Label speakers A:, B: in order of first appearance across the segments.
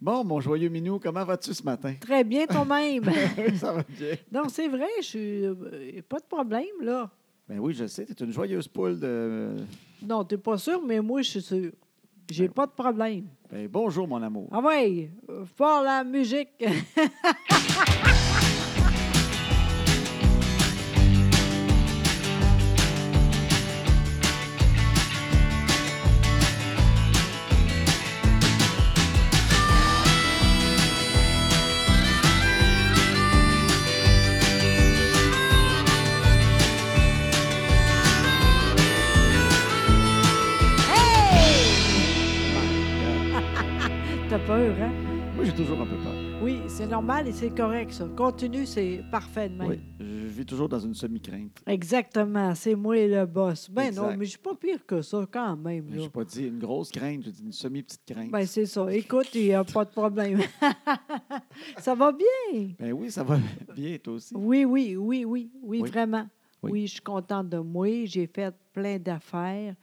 A: Bon, mon joyeux minou, comment vas-tu ce matin?
B: Très bien toi-même.
A: Ça va bien.
B: non, c'est vrai, je suis euh, pas de problème, là.
A: Ben oui, je sais, t'es une joyeuse poule de.
B: Non, t'es pas sûr, mais moi, je suis sûr. J'ai
A: Ben
B: pas de problème.
A: Ben bonjour, mon amour.
B: Ah ouais, euh, fort la musique. T'as peur, hein?
A: Moi, j'ai toujours un peu peur.
B: Oui, c'est normal et c'est correct, ça. Continue, c'est parfait de même.
A: Oui, je vis toujours dans une semi-crainte.
B: Exactement, c'est moi le boss. Ben non,
A: Exact.
B: mais je suis pas pire que ça quand même.
A: Je
B: là.
A: n'ai pas dit une grosse crainte, j'ai dit une semi-petite crainte.
B: Ben
A: Ben,
B: c'est ça. Écoute, il n'y a pas de problème. ça va bien?
A: Ben oui, ça va bien, toi aussi.
B: Oui, oui, oui, oui, oui,
A: Oui.
B: vraiment.
A: Oui.
B: Oui. je suis contente de moi. J'ai fait plein d'affaires.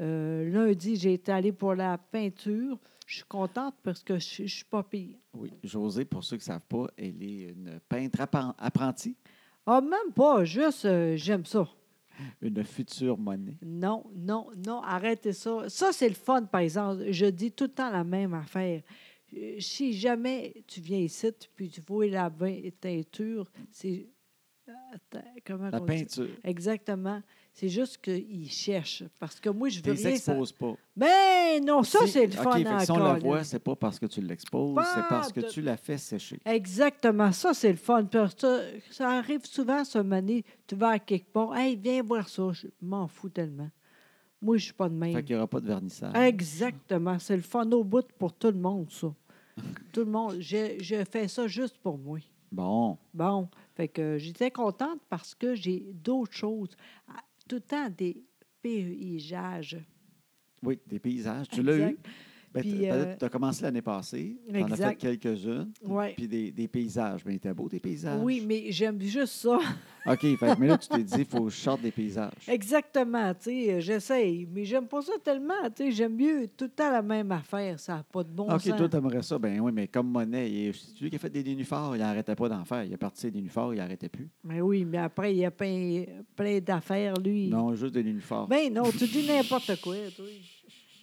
B: Euh, lundi, j'ai été allée pour la peinture. Je suis contente parce que je ne suis pas pire.
A: Oui, José, pour ceux qui ne savent pas, elle est une peintre appen- apprentie,
B: Ah, même pas, juste, euh, j'aime ça.
A: une future monnaie.
B: Non, non, non, arrêtez ça. Ça, c'est le fun, par exemple. Je dis tout le temps la même affaire. Euh, Si jamais tu viens ici puis tu vois la vin- teinture, c'est. euh, Attends, comment
A: La
B: qu'on dit?
A: peinture.
B: Exactement. C'est juste qu'ils cherchent. Parce que moi, je
A: Tu
B: veux
A: les
B: rien. ça-
A: exposes pas.
B: Mais non, ça,
A: Si-
B: c'est le fun
A: OK, fait que si on
B: encore,
A: la
B: là.
A: voit, c'est pas parce que tu l'exposes,
B: Pas
A: c'est parce que
B: de-
A: tu la fais sécher.
B: Exactement, ça, c'est le fun. Parce que ça, ça arrive souvent, ce mané, tu vas à quelque part, « Hey, viens voir ça. » Je m'en fous tellement. Moi, je suis pas de même.
A: Fait qu'il n'y aura pas de vernissage.
B: Exactement. C'est le fun au bout pour tout le monde, ça. tout le monde. Je, je fais ça juste pour moi.
A: Bon,
B: Bon, fait que j'étais contente parce que j'ai d'autres choses. Ah, Tout le temps des paysages.
A: oui, des paysages. Tu l'as eu.
B: Exact. Puis, euh,
A: Ben, tu as commencé l'année passée. Tu en as fait
B: Exact.
A: quelques-unes.
B: Ouais.
A: Puis des, des paysages. Mais il était beau, des paysages.
B: Oui, mais j'aime juste ça.
A: OK, fait que- mais là, tu t'es dit, il faut que je sorte des paysages.
B: Exactement, tu sais, euh, j'essaye. Mais j'aime pas ça tellement, tu sais, j'aime mieux tout le temps la même affaire. Ça n'a pas de bon
A: Ah, OK,
B: sens.
A: toi, t'aimerais ça. Ben oui, mais comme Monet, il est- c'est lui qui a fait des nénuphars, il n'arrêtait pas d'en faire. Il est parti des nénuphars, il n'arrêtait plus.
B: Mais oui, mais après, il y a plein, plein d'affaires, lui.
A: Non, juste des nénuphars.
B: Ben non, tu dis n'importe quoi, toi.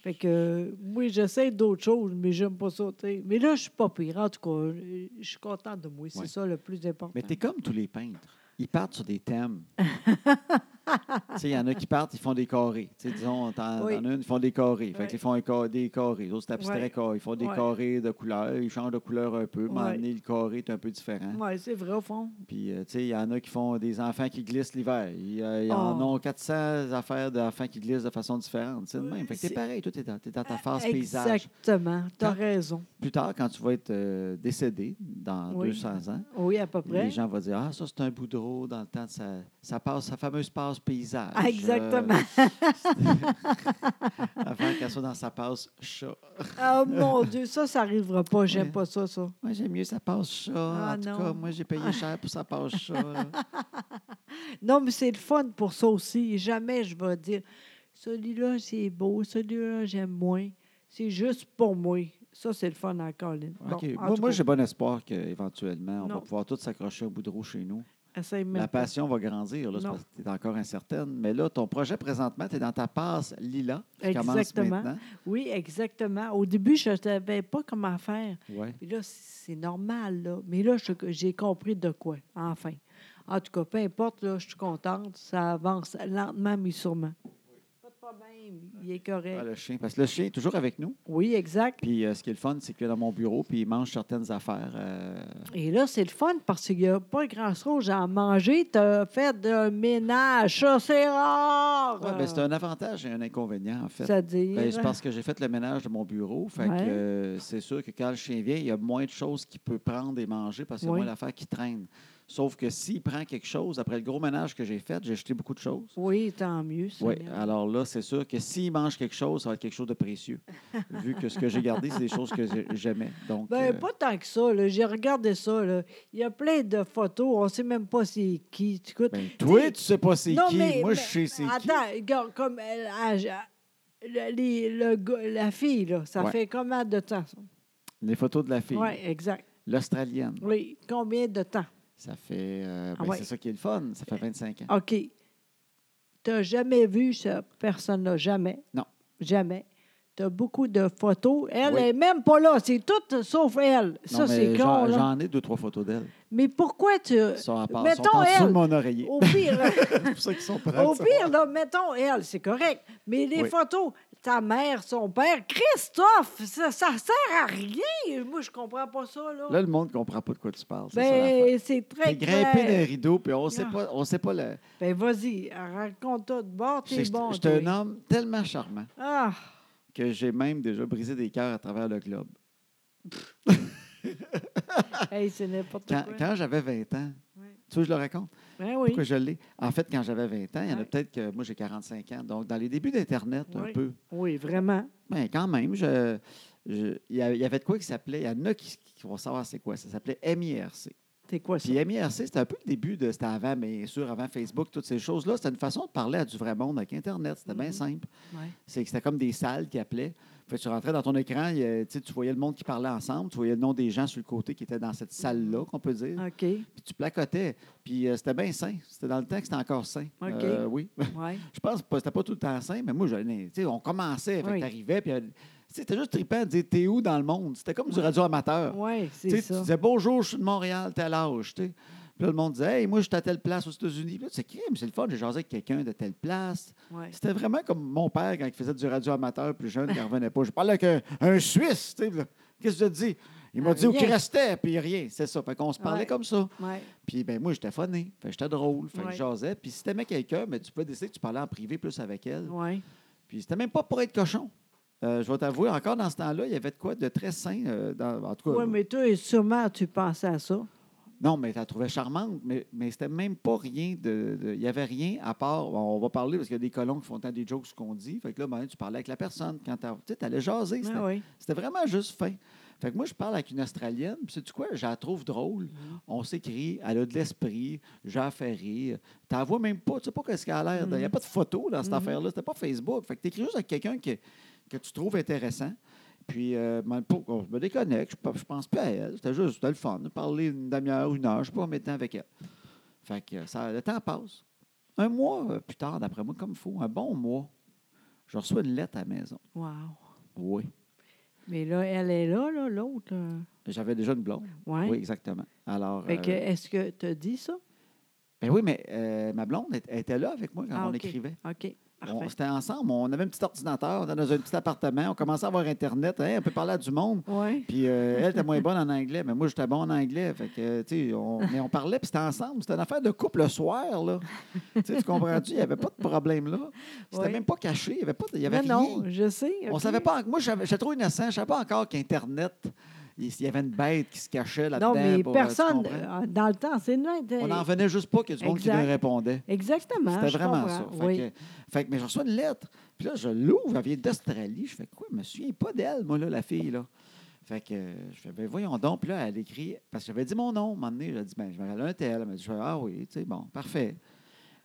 B: Fait que, euh, oui, j'essaie d'autres choses, mais j'aime pas ça, tu sais. Mais là, je suis pas pire. En tout cas, euh, je suis contente de moi. C'est
A: Ouais.
B: ça le plus important.
A: Mais t'es comme tous les peintres. Ils partent sur des thèmes. Tu sais, Il y en a qui partent, ils font des carrés. Tu sais, disons, t'en
B: Oui.
A: t'en as une, ils font des carrés. Fait
B: Ouais.
A: qu'ils font un ca- des carrés. D'autres, c'est abstrait
B: Ouais.
A: carré. Ils font des
B: Ouais.
A: carrés de couleur. Ils changent de couleur un peu. Mais
B: Ouais.
A: le carré est un peu différent.
B: Oui, c'est vrai, au fond.
A: Puis, euh, tu sais, il y en a qui font des enfants qui glissent l'hiver. Ils, euh, ils en
B: Oh.
A: ont 400 affaires d'enfants qui glissent de façon différente. C'est de même. Fait que t'es
B: C'est-
A: pareil. Toi, t'es dans, t'es dans ta phase paysage.
B: Exactement. Tu as
A: Quand-
B: raison.
A: Plus tard, quand tu vas être euh, décédé, dans
B: Oui.
A: 200 ans,
B: Oui, à peu près.
A: les gens vont dire Ah, ça, c'est un boudreau dans le temps de sa, sa, passe- sa fameuse passe paysage.
B: Ah, Exactement.
A: Euh, avant qu'elle soit dans sa passe chat.
B: Ah, mon Dieu, ça, ça n'arrivera pas. J'aime
A: Ouais.
B: pas ça, ça.
A: Moi, j'aime mieux sa passe chat.
B: Ah,
A: en tout
B: non.
A: cas, moi, j'ai payé cher pour sa passe chat. là.
B: Non, mais c'est le fun pour ça aussi. Jamais je vais dire celui-là, c'est beau, celui-là, j'aime moins. C'est juste pour moi. Ça, c'est le fun en colline. Bon,
A: OK.
B: en
A: moi,
B: tout
A: moi,
B: cas,
A: j'ai bon espoir qu'éventuellement, on va
B: Non.
A: pouvoir tous s'accrocher au boudreau chez nous.
B: essaye même
A: La
B: pas.
A: passion va grandir, là, c'est
B: Non.
A: parce que tu es encore incertaine. Mais là, ton projet présentement, tu es dans ta passe lila qui commence
B: Exactement.
A: maintenant.
B: Oui, exactement. Au début, je ne savais pas comment faire.
A: Ouais.
B: Puis là, c'est normal, là. Mais là, je- j'ai compris de quoi, enfin. En tout cas, peu importe, là, je suis contente. Ça avance lentement, mais sûrement. Pas de problème. Il est
A: Ah,
B: correct.
A: le chien, parce que le chien est toujours avec nous.
B: Oui, exact.
A: Puis euh, ce qui est le fun, c'est qu'il est dans mon bureau, puis il mange certaines affaires. euh,
B: Et là, c'est le fun parce qu'il n'y a pas grand-chose à manger. Tu as fait de ménage. Ça, c'est rare.
A: Ouais, ben, c'est un avantage et un inconvénient, en fait.
B: C'est-à-dire.
A: Ben, c'est parce que j'ai fait le ménage de mon bureau. Fait que
B: hein? Ouais.
A: euh, c'est sûr que quand le chien vient, il y a moins de choses qu'il peut prendre et manger parce qu'il y a
B: Oui.
A: moins d'affaires qui traînent. Sauf que s'il prend quelque chose, après le gros ménage que j'ai fait, j'ai jeté beaucoup de choses.
B: Oui, tant mieux.
A: Oui,
B: Seigneur.
A: alors là, c'est sûr que s'il mange quelque chose, ça va être quelque chose de précieux. vu que ce que j'ai gardé, c'est des choses que j'ai- j'aimais. Donc,
B: Ben,
A: euh,
B: pas tant que ça. là. J'ai regardé ça. là. Il y a plein de photos. On ne sait même pas c'est qui. Écoute,
A: ben, toi,
B: t'sais-
A: tu sais pas c'est
B: non,
A: qui.
B: mais-
A: Moi, je sais
B: mais-
A: c'est qui.
B: Attends, regarde, comme elle, elle- elle- le- les- le gars- la fille, là, ça
A: Ouais.
B: fait combien de temps? ça?
A: Les photos de la fille.
B: Oui, exact.
A: L'Australienne.
B: Oui. Combien de temps?
A: Ça fait. euh,
B: Ah
A: ben,
B: ouais. Euh,
A: C'est ça qui est le fun. Ça fait 25 ans.
B: OK. Tu n'as jamais vu cette personne-là, jamais.
A: Non.
B: Jamais. Tu as beaucoup de photos. Elle
A: Oui.
B: n'est même pas là. C'est tout sauf elle.
A: Non,
B: ah, ça, c'est
A: mais
B: con.
A: j'en-
B: là.
A: J'en ai deux, trois photos d'elle.
B: Mais pourquoi tu.
A: Ils sont à part.
B: Mettons
A: sont en dessous
B: elle. Oh.
A: de mon oreiller.
B: Au pire,
A: C'est pour ça qu'ils sont prêts.
B: au pire là, mettons elle, c'est correct. Mais les
A: Oui.
B: photos, ta mère, son père, Christophe, ça, ça sert à rien. Moi, je comprends pas ça. Là,
A: Là, le monde ne comprend pas de quoi tu parles. C'est ça, l'affaire.
B: ben, c'est
A: T'es
B: très
A: grimpé dans les
B: clair.
A: rideaux, puis on sait
B: Ah.
A: pas, on sait pas le.
B: Ben, vas-y, raconte-toi de bord,
A: Je,
B: t'es
A: je-
B: bon.
A: je te
B: toi.
A: nomme tellement charmant
B: Ah,
A: que j'ai même déjà brisé des cœurs à travers le globe.
B: hey, c'est n'importe
A: Quand,
B: quoi.
A: quand j'avais 20 ans,
B: Ouais.
A: tu veux que je le raconte?
B: Ben oui.
A: Pourquoi je l'ai? En fait, quand j'avais 20 ans, il y en a
B: Ouais.
A: peut-être que moi j'ai 45 ans. Donc, dans les débuts d'Internet, un
B: Oui.
A: peu.
B: Oui, vraiment.
A: Ben, quand même, je- je- il y a- il y avait de quoi qui s'appelait. Il y en a qui, qui vont savoir c'est quoi. Ça s'appelait MIRC.
B: C'est quoi ça?
A: Puis MIRC, c'était un peu le début de. C'était avant, bien sûr, avant Facebook, toutes ces choses-là. C'était une façon de parler à du vrai monde avec Internet. C'était bien
B: Mhm.
A: simple.
B: Ouais.
A: C'est que c'était comme des salles qui appelaient. Fait que tu rentrais dans ton écran, il y a- tu sais, tu voyais le monde qui parlait ensemble, tu voyais le nom des gens sur le côté qui étaient dans cette
B: Mm-hmm.
A: salle-là, qu'on peut dire.
B: OK.
A: Puis tu placotais. Puis euh, c'était bien sain. C'était dans le temps que c'était encore sain.
B: OK.
A: Euh, oui.
B: Ouais.
A: Je pense que c'était pas tout le temps sain, mais moi, je, tu sais, on commençait. Fait
B: Oui.
A: que t'arrivais, puis euh, tu sais, c'était juste trippant de dire t'es où dans le monde. C'était comme du radio amateur.
B: Ouais,
A: Tu
B: c'est
A: sais, tu
B: ça.
A: disais bonjour, je suis de Montréal, tel âge. tu sais. Puis là, le monde disait Hey, moi, je suis à telle place aux États-Unis. Puis là, tu sais, crime, c'est le fun, j'ai jasé avec quelqu'un de telle place.
B: Ouais.
A: C'était vraiment comme mon père quand il faisait du radio amateur plus jeune, qui revenait pas. Je parlais avec un, un Suisse. tu sais, là. Qu'est-ce que je te dis Il m'a dit où
B: Ah, Rien.
A: qu'il restait, puis rien. C'est ça. Fait qu'on se parlait
B: Ouais.
A: comme ça.
B: Ouais.
A: Puis ben moi, j'étais funné. Fait que j'étais drôle. Fait que
B: Ouais.
A: je jasais. Puis si t'aimais quelqu'un, mais tu peux décider que tu parlais en privé plus avec elle.
B: Ouais.
A: Puis c'était même pas pour être cochon. Euh, je vais t'avouer, encore dans ce temps-là, il y avait de quoi de très sain. euh, dans- en tout cas,
B: Ouais, mais toi, sûrement, tu pensais à ça.
A: non, mais tu la trouvais charmante, mais, mais c'était même pas rien de. de- Il n'y avait rien à part. On va parler parce qu'il y a des colons qui font tant des jokes, ce qu'on dit. Fait que là, ben, tu parlais avec la personne. Quand t'as- tu allais jaser, c'était
B: Ah, oui.
A: c'était vraiment juste fin. Fait que moi, je parle avec une Australienne, puis sais-tu quoi? Je la trouve drôle. On s'écrit, elle a de l'esprit, j'en fais rire. T'en vois même pas, tu sais pas qu'est-ce qu'elle a l'air. Il n'y a pas de photo dans cette affaire-là, c'était pas Facebook. Fait que t'écris juste avec quelqu'un que, que tu trouves intéressant. Puis, euh, ben, pour- on- je me déconnecte, je, pe- je pense plus à elle. C'était juste, c'était le fun. de Parler une demi-heure, une heure, je sais pas, maintenant avec elle. Fait que euh, ça, le temps passe. Un mois euh, plus tard, d'après moi, comme il faut, un bon mois, je reçois une lettre à la maison.
B: Wow.
A: Oui.
B: Mais là, elle est là, là, l'autre. là.
A: J'avais déjà une blonde.
B: Ouais.
A: Oui, exactement. Alors,
B: Hein? Fait que,
A: euh,
B: est-ce que tu as dit ça?
A: ben oui, mais euh, ma blonde elle- elle était là avec moi quand
B: Ah,
A: on
B: OK.
A: écrivait.
B: OK.
A: On
B: Parfait.
A: était ensemble, on avait un petit ordinateur, on était dans un petit appartement, on commençait à avoir Internet, hein, on peut parler à du monde.
B: Oui.
A: Puis euh, elle était moins bonne en anglais, mais moi j'étais bon en anglais. Fait que, euh, tu sais, on, mais on parlait, puis c'était ensemble. C'était une affaire de couple le soir, là. tu sais, tu comprends-tu? Il n'y avait pas de problème là. C'était
B: Ouais.
A: même pas caché, il n'y avait, pas de- il y avait
B: Mais non,
A: rien.
B: je sais.
A: On
B: OK.
A: savait pas. Moi, j'avais- j'étais trop innocent, je savais pas encore qu'Internet, il il y avait une bête qui se cachait là-dedans.
B: Non, mais
A: pour, euh, tu
B: personne,
A: comprends?
B: euh, dans le temps, c'est net.
A: On n'en venait juste pas qu'il y ait du monde qui
B: Exact.
A: me répondait.
B: Exactement.
A: C'était
B: je
A: vraiment ça.
B: comprends.
A: Fait
B: Oui.
A: que- fait que- mais je reçois une lettre. Puis là, je l'ouvre. Elle vient d'Australie. Je fais quoi? Je me souviens pas d'elle, moi, là, la fille, là. Fait que euh, je fais, ben, voyons donc. Puis là, elle écrit, parce que j'avais dit mon nom. À un moment donné, j'ai dit, ben, je m'appelle un tel. Elle m'a dit, ah oui, tu sais, bon, parfait.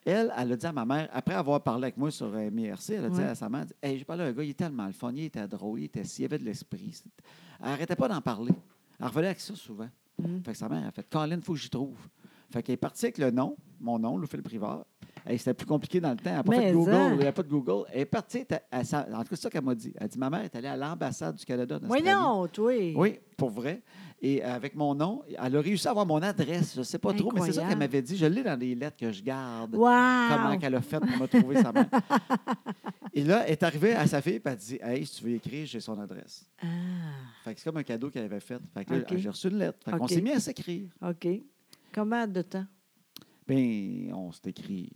A: Elle, elle a dit à ma mère, après avoir parlé avec moi sur euh, MIRC, elle a dit
B: Ouais.
A: à sa mère, hey, j'ai parlé à un gars, il est tellement le fun, il était drôle, il était s'il avait de l'esprit. C'est- Elle arrêtait pas d'en parler. Elle revenait avec ça souvent.
B: Mhm.
A: Fait que sa mère a fait Colin, il faut que j'y trouve. Fait qu'elle est partie avec le nom, mon nom, Louis Privard. Hey, C'était plus compliqué dans le temps. Elle n'a pas
B: Mais
A: fait de Google.
B: hein.
A: Il n'y a pas de Google. Elle est partie. elle- elle s'en- en tout cas, c'est ça qu'elle m'a dit. Elle dit Ma mère est allée à l'ambassade du Canada. en
B: Oui,
A: Australie.
B: non, toi.
A: Oui, pour vrai. Et avec mon nom, elle a réussi à avoir mon adresse. Je ne sais pas trop, mais c'est ça
B: Incroyable.
A: qu'elle m'avait dit. Je l'ai dans les lettres que je garde.
B: Wow.
A: Comment qu'elle a fait pour me trouver sa mère. Et là, elle est arrivée à sa fille et elle dit Hey, si tu veux écrire, j'ai son adresse.
B: Ah,
A: Fait que c'est comme un cadeau qu'elle avait fait. Fait que là,
B: OK.
A: j'ai reçu une lettre. Fait qu'on
B: OK.
A: s'est mis à s'écrire.
B: OK. Comment de temps?
A: Ben, on s'est écrit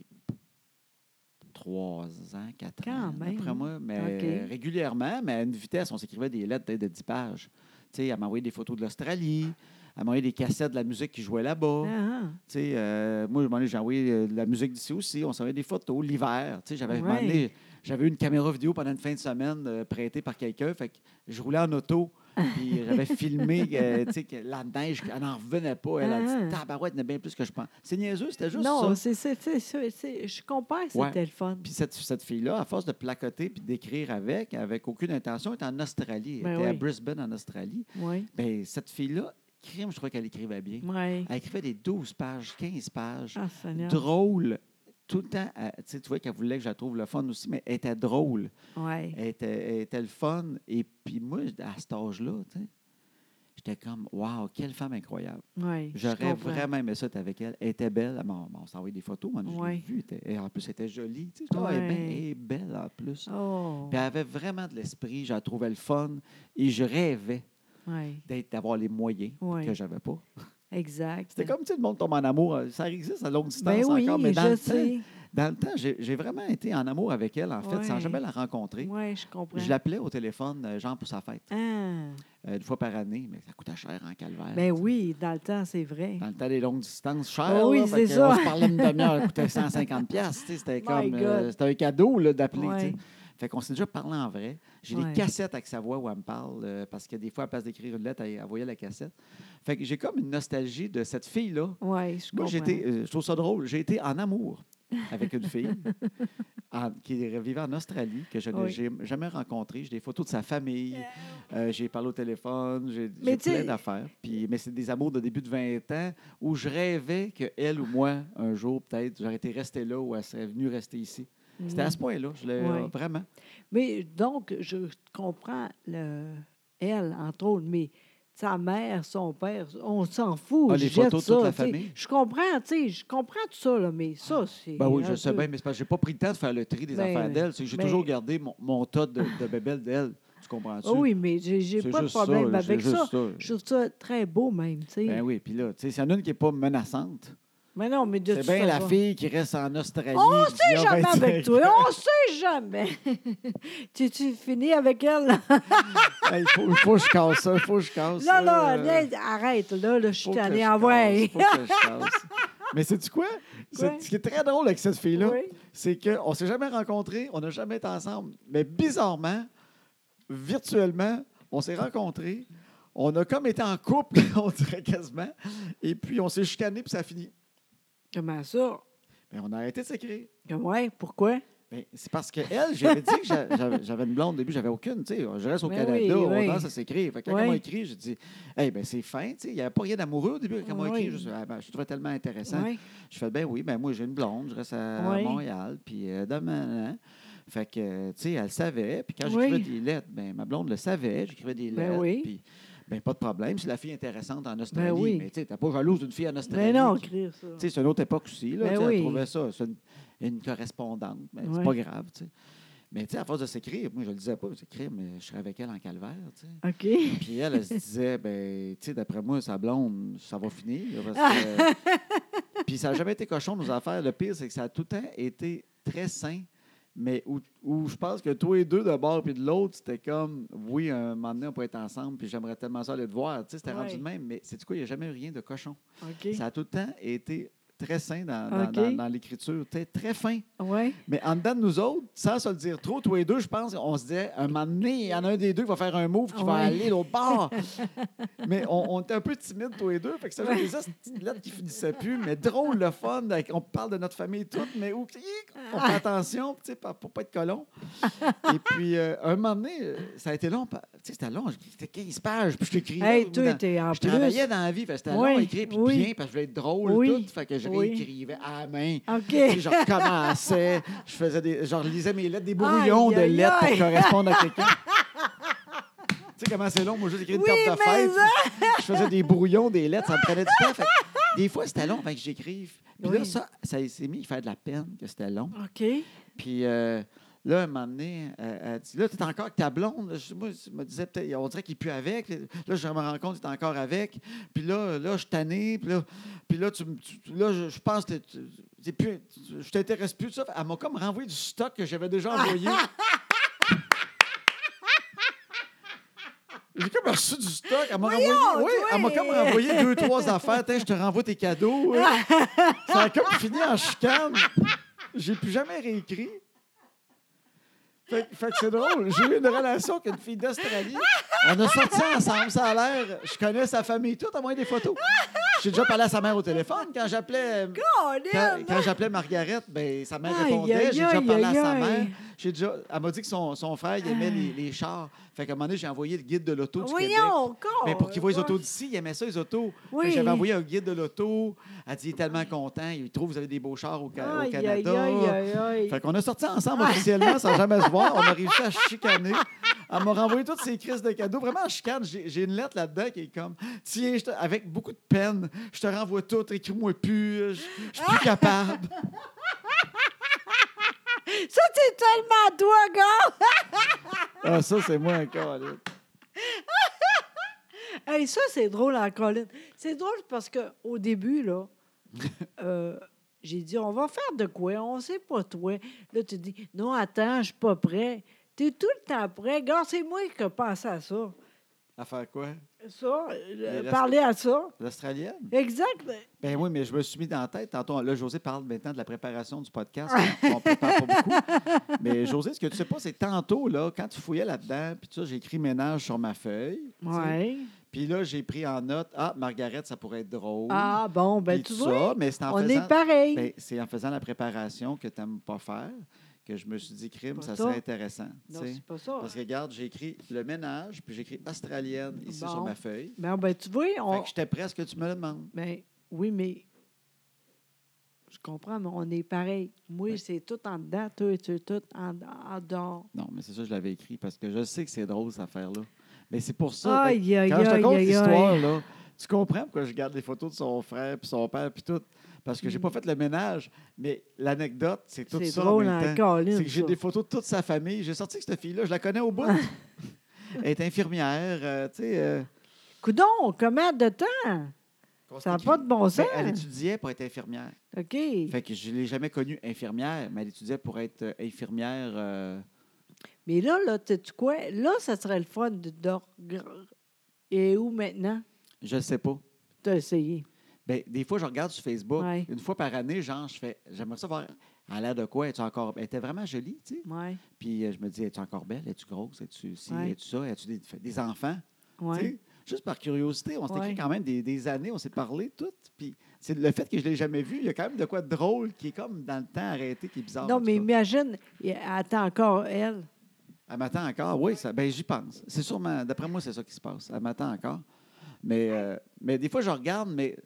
A: trois ans, quatre
B: Quand
A: ans,
B: même.
A: après moi, mais
B: OK.
A: régulièrement, mais à une vitesse, on s'écrivait des lettres peut-être de 10 pages. Tu sais, elle m'envoyait des photos de l'Australie, elle m'envoyait des cassettes de la musique qui jouait là-bas.
B: Ah, ah.
A: Tu sais, euh, moi, à un moment donné, j'ai envoyé euh, de la musique d'ici aussi, on s'envoyait des photos l'hiver. Tu sais, j'avais à un moment
B: Ouais.
A: donné, j'avais eu une caméra vidéo pendant une fin de semaine euh, prêtée par quelqu'un, fait que je roulais en auto. Puis j'avais filmé euh, tu sais, que la neige, elle n'en revenait pas. Elle a
B: Ah.
A: dit Tabarouette, il y en a bien plus que je pense. C'est niaiseux, c'était juste
B: non,
A: ça.
B: c'est c'est- c'est ça. c'est- Je compare,
A: Ouais.
B: c'était le fun.
A: Puis cette, cette fille-là, à force de placoter puis d'écrire avec, avec aucune intention, elle est en Australie. Elle
B: Ben
A: était à
B: oui.
A: Brisbane, en Australie.
B: Oui.
A: Bien, cette fille-là, crime, je crois qu'elle écrivait bien.
B: Oui.
A: Elle écrivait des 12 pages, 15 pages,
B: Ah, Seigneur.
A: drôle. Tout le temps, elle- tu sais, tu vois qu'elle voulait que je la trouve le fun aussi, mais elle était drôle.
B: Oui.
A: Elle était, elle était le fun. Et puis moi, à cet âge-là, tu sais, j'étais comme, waouh, quelle femme incroyable.
B: Oui. je
A: J'aurais
B: comprends.
A: vraiment aimé ça être avec elle. Elle était belle. Elle m'a- on s'envoyait des photos. On
B: Ouais.
A: vu. Elle était- et en plus, elle était jolie. tu sais. Je trouvais, Ah, elle est bien-
B: Ouais.
A: elle est belle en plus.
B: Oh.
A: Puis elle avait vraiment de l'esprit. J'en trouvais le fun. Et je rêvais
B: Oui.
A: d'être- d'avoir les moyens
B: Ouais.
A: que j'avais pas.
B: Exact.
A: C'était comme, tu sais, le monde tombe en amour. euh, Ça existe à longue distance
B: Ben oui,
A: encore. Mais dans
B: je
A: le, temps,
B: sais.
A: dans le temps, j'ai j'ai vraiment été en amour avec elle, en fait, sans
B: Ouais.
A: jamais la rencontrer.
B: Oui, je comprends.
A: Je l'appelais au téléphone, euh, genre pour sa fête,
B: Ah.
A: euh, une fois par année, mais ça coûtait cher en calvaire.
B: Ben oui, dans le temps, c'est vrai.
A: Dans le temps des longues distances,
B: Ah
A: cher.
B: oui,
A: là, fait
B: c'est
A: que
B: ça.
A: On se parlait une demi-heure, elle coûtait 150 pièces. C'était
B: My
A: comme,
B: God.
A: euh, c'était un cadeau là, d'appeler. tu sais.
B: Ouais.
A: Fait qu'on s'est déjà parlé en vrai. J'ai
B: Ouais.
A: des cassettes avec sa voix où elle me parle, euh, parce que des fois, à place d'écrire une lettre, elle, elle voyait la cassette. Fait que j'ai comme une nostalgie de cette fille-là.
B: Oui, je comprends.
A: Moi, j'ai été, euh, je trouve ça drôle, j'ai été en amour avec une fille en- qui vivait en Australie, que je n'ai
B: Oui.
A: j'ai jamais rencontrée. J'ai des photos de sa famille, euh, j'ai parlé au téléphone, j'ai
B: Mais
A: j'ai
B: tu sais-
A: plein d'affaires. Puis- Mais c'est des amours de début de 20 ans où je rêvais que elle ou moi, un jour peut-être, j'aurais été resté là ou elle serait venue rester ici. C'était à
B: Mm.
A: ce point-là, je l'ai- euh,
B: Oui.
A: vraiment.
B: Mais donc, je comprends le, elle, entre autres, mais sa mère, son père, on s'en fout.
A: Ah, les
B: je jette
A: photos de
B: ça,
A: toute la
B: tu sais.
A: famille?
B: Je comprends, tu sais, je comprends tout ça, là, mais ça, c'est.
A: Ben oui,
B: un
A: je sais
B: peu-
A: bien, mais c'est parce que j'ai pas pris le temps de faire le tri des
B: Ben,
A: affaires d'elle. C'est que J'ai
B: ben-
A: toujours gardé mon, mon tas de, de bébelles d'elle. Tu comprends-tu?
B: Ah oui, mais j'ai j'ai
A: C'est
B: pas de
A: juste ça,
B: problème
A: là, c'est
B: avec
A: juste
B: ça.
A: ça.
B: Je trouve ça très beau, même, tu sais.
A: Ben oui, puis là, tu sais, s'il y en a une qui n'est pas menaçante,
B: Mais non, mais de
A: c'est
B: toute
A: bien la
B: façon-
A: fille qui reste en Australie.
B: On
A: puis ben,
B: sait
A: qui a
B: jamais
A: 25
B: avec toi. On sait jamais. tu, tu finis avec elle. là.
A: Hey, faut, faut que je casse ça, faut que je casse
B: Là,
A: ça.
B: là,
A: euh,
B: là, arrête. Là, là je
A: faut
B: suis ah
A: que
B: allée
A: je
B: en
A: casse,
B: vrai.
A: faut que je casse. Mais sais-tu quoi? C'est-
B: Quoi?
A: Ce qui est très drôle avec cette fille-là,
B: Oui.
A: c'est qu'on ne s'est jamais rencontrés, on n'a jamais été ensemble. Mais bizarrement, virtuellement, on s'est rencontrés, on a comme été en couple, on dirait quasiment, et puis on s'est chicané, puis ça a fini.
B: Comment ça?
A: Mais on a arrêté de s'écrire.
B: Que Ouais, pourquoi?
A: Ben, c'est parce que elle, j'avais dit que j'a- j'avais j'avais une blonde au début, j'avais aucune. tu sais. Je reste au
B: Ben
A: Canada,
B: oui,
A: on
B: oui.
A: danse à s'écrire. Fait que Quand
B: Oui.
A: elle m'a écrit, j'ai dit Hey, ben c'est fin, tu sais. il n'y avait pas rien d'amoureux au début. Quand elle m'a
B: Oui.
A: écrit, je, suis, Ah, ben, je trouvais tellement intéressant.
B: Ouais.
A: Je fais Ben oui, ben moi j'ai une blonde, je reste à
B: Oui.
A: Montréal, puis euh, demain. hein. Fait que, euh, tu sais, elle savait. Puis quand
B: Oui.
A: j'écrivais des lettres, ben, ma blonde le savait, j'écrivais des
B: Ben
A: lettres.
B: oui. Ben
A: Puis, ben, pas de problème, c'est la fille intéressante en Australie.
B: oui.
A: Mais tu sais, t'es pas jalouse d'une fille en Australie.
B: Mais non,
A: qui-
B: écrire ça.
A: tu sais, c'est une autre époque aussi. Là,
B: Ben
A: tu sais, elle
B: oui.
A: trouvait ça. C'est une, une correspondante. mais
B: Ouais.
A: C'est pas grave. tu sais. Mais tu sais, à force de s'écrire, moi, je le disais pas, s'écrire, mais je serais avec elle en calvaire. tu sais.
B: OK.
A: Puis elle, elle se disait, ben, tu sais, d'après moi, sa blonde, ça va finir. parce que- Puis ça n'a jamais été cochon, nos affaires. Le pire, c'est que ça a tout le temps été très sain. Mais où, où je pense que tous les deux, d'un bord puis de l'autre, c'était comme, oui, un moment donné, on peut être ensemble, puis j'aimerais tellement ça aller te voir. Tu sais, c'était rendu
B: Ouais.
A: de même, mais c'est du coup, il n'y a jamais eu rien de cochon.
B: OK.
A: Ça a tout le temps été très sain dans, dans-
B: OK.
A: dans- dans l'écriture. T'es Très fin.
B: Ouais.
A: Mais en dedans de nous autres, sans se le dire trop, tous les deux, je pense, on se disait, un moment donné, il y en a un des deux qui va faire un move qui va
B: Ouais.
A: aller l'autre bord. mais on, on était un peu timides tous les deux. Fait que ça, faisait cette petite lettre qui finissait plus. Mais drôle, le fun. avec- On parle de notre famille toute, mais où, on fait attention tu sais, pour pour pas être colon. Et puis, euh, un moment donné, euh, ça a été long. pa- tu sais, C'était long. C'était 15 pages. Puis je t'écrivais.
B: Hey,
A: ou
B: toi,
A: dans-
B: t'es en
A: je
B: plus.
A: travaillais dans la vie, fait que c'était
B: Oui,
A: long à écrire, puis
B: oui.
A: bien, parce que je voulais être drôle,
B: Oui,
A: tout, fait que je
B: oui.
A: réécrivais à la main.
B: OK.
A: Tu sais, Je recommençais, je faisais des, je relisais mes lettres, des brouillons
B: Aïe, aïe,
A: de lettres
B: aïe.
A: pour correspondre à quelqu'un. tu sais comment c'est long, moi, juste écrire une
B: Oui,
A: carte de
B: mais hein?
A: fête. Je faisais des brouillons, des lettres, ça me prenait du temps. fait que des fois, c'était long, fait que j'écrive. Puis là,
B: Oui.
A: ça, ça s'est mis à faire de la peine que c'était long.
B: OK.
A: Puis euh, là, un moment donné, euh, elle dit Là, t'es encore avec ta blonde. Je, moi, je me disais peut-être, on dirait qu'il pue avec. Là, je me rends compte qu'il est encore avec. Puis là, là, je suis tanné. Puis là, puis là, tu, me- tu- tu- là je, je pense que tu- t'es plus- tu- je t'intéresse plus de ça. Elle m'a comme renvoyé du stock que j'avais déjà envoyé. J'ai comme reçu du stock. Elle m'a renvoyé.
B: Voyons,
A: Oui, elle m'a
B: toi!
A: comme renvoyé deux, trois affaires. Tiens, je te renvoie tes cadeaux. hein. Ça a comme fini en chicane. J'ai plus jamais réécrit. Fait, que- fait que c'est drôle. J'ai eu une relation avec une fille d'Australie. On a sorti ensemble, ça a l'air. Je connais sa famille toute, à moins des photos. J'ai déjà parlé à sa mère au téléphone. Quand j'appelais quand,
B: Colin!
A: quand j'appelais Margaret, ben, sa mère
B: Aïe,
A: répondait.
B: aïe,
A: J'ai déjà
B: aïe,
A: parlé à sa
B: aïe, aïe.
A: mère. J'ai déjà, elle m'a dit que son, son frère, il aimait les, les chars. Fait qu'à un moment donné, j'ai envoyé le guide de l'auto du Québec.
B: Voyons encore!
A: Mais pour qu'il voit les autos d'ici, il aimait ça, les autos. Fait que
B: Oh, Oui.
A: J'avais envoyé un guide de l'auto. Elle dit, il est tellement content. Il trouve que vous avez des beaux chars au, Ca- au
B: Aïe,
A: Canada.
B: aïe, aïe, Ah. aïe,
A: Fait qu'on a sorti ensemble officiellement sans jamais se voir. On a réussi à se chicaner. Elle m'a renvoyé toutes ces crises de cadeaux. Vraiment, en chicane, j'ai j'ai une lettre là-dedans qui est comme Tiens, je te- avec beaucoup de peine, je te renvoie tout, écris-moi plus, je je suis plus capable.
B: aïe. Ça, c'est tellement toi, gars!
A: Ah, ça, c'est moi encore. là.
B: Hey, ça, c'est drôle en colline. C'est drôle parce qu'au début, là, euh, j'ai dit, on va faire de quoi? On sait pas toi. Là, tu dis, non, attends, je suis pas prêt. Tu es tout le temps prêt. Gars, c'est moi qui ai pensé à ça.
A: À faire quoi
B: Ça, euh,
A: Mais là,
B: parler à ça.
A: L'Australienne?
B: Exact.
A: Ben oui, mais je me suis mis dans la tête. Tantôt, là, José parle maintenant de la préparation du podcast. On ne prépare pas beaucoup. Mais José, ce que tu sais pas, c'est que tantôt, là, quand tu fouillais là-dedans, puis tout ça, j'ai écrit ménage sur ma feuille. tu sais.
B: Oui.
A: Puis là, j'ai pris en note, ah, Margaret, ça pourrait être drôle.
B: Ah, bon, ben
A: Puis
B: tu
A: tout
B: vois,
A: ça, mais c'est en,
B: on
A: faisant,
B: est pareil.
A: ben, c'est en faisant la préparation que tu n'aimes pas faire que je me suis dit, crime,
B: Pas
A: ça
B: ça.
A: serait intéressant. tu
B: non,
A: sais.
B: c'est pas ça.
A: Parce que regarde, j'ai écrit le ménage, puis j'ai écrit australienne ici
B: Bon.
A: sur ma feuille.
B: Ben, ben, tu vois, on...
A: Fait que j'étais prêt à ce que tu me le demandes.
B: Ben, oui, mais je comprends, mais on est pareil. Moi,
A: Oui.
B: c'est tout en dedans, toi, tu es tout en, en dehors.
A: Non, mais c'est ça, je l'avais écrit parce que je sais que c'est drôle, cette affaire-là. Mais c'est pour ça. fait que
B: Aïe, aïe,
A: quand je te
B: aïe,
A: raconte
B: aïe,
A: l'histoire,
B: aïe.
A: là, tu comprends pourquoi je garde les photos de son frère puis son père puis tout. Parce que j'ai pas fait le ménage, mais l'anecdote, c'est tout
B: Mm. C'est
A: ça
B: drôle
A: en même temps.
B: en colline.
A: C'est que j'ai
B: ça.
A: des photos de toute sa famille. J'ai sorti que cette fille-là, je la connais au bout. Elle est infirmière, euh, tu sais. euh,
B: Coudon, comment de temps? Ça n'a pas de bon sens.
A: Ben, elle étudiait pour être infirmière.
B: OK.
A: Fait que je ne l'ai jamais connue infirmière, mais elle étudiait pour être euh, infirmière. euh,
B: Mais là, là, tu tu quoi? Là, ça serait le fun de dormir. Et où maintenant?
A: je ne sais pas.
B: T'as essayé.
A: Ben, des fois, je regarde sur Facebook,
B: Ouais.
A: une fois par année, genre, je fais J'aimerais ça voir. Elle a l'air de quoi? Es-tu encore. Elle était vraiment jolie, tu sais.
B: Oui.
A: Puis euh, je me dis Es-tu encore belle? Es-tu grosse? Es-tu ci?
B: Ouais.
A: Es-tu ça? As-tu des, des enfants? Tu
B: Oui.
A: sais, Juste par curiosité, on s'est
B: Ouais.
A: écrit quand même des, des années, on s'est parlé toutes. Puis c'est le fait que je ne l'ai jamais vu, il y a quand même de quoi de drôle qui est comme dans le temps arrêté, qui est bizarre. en
B: Non,
A: tout
B: mais
A: cas.
B: imagine, il- attends encore, elle.
A: Elle m'attend encore. Oui, ça, ben, j'y pense. C'est sûrement, d'après moi, c'est ça qui se passe. Elle m'attend encore. Mais, euh, mais des fois, je regarde, mais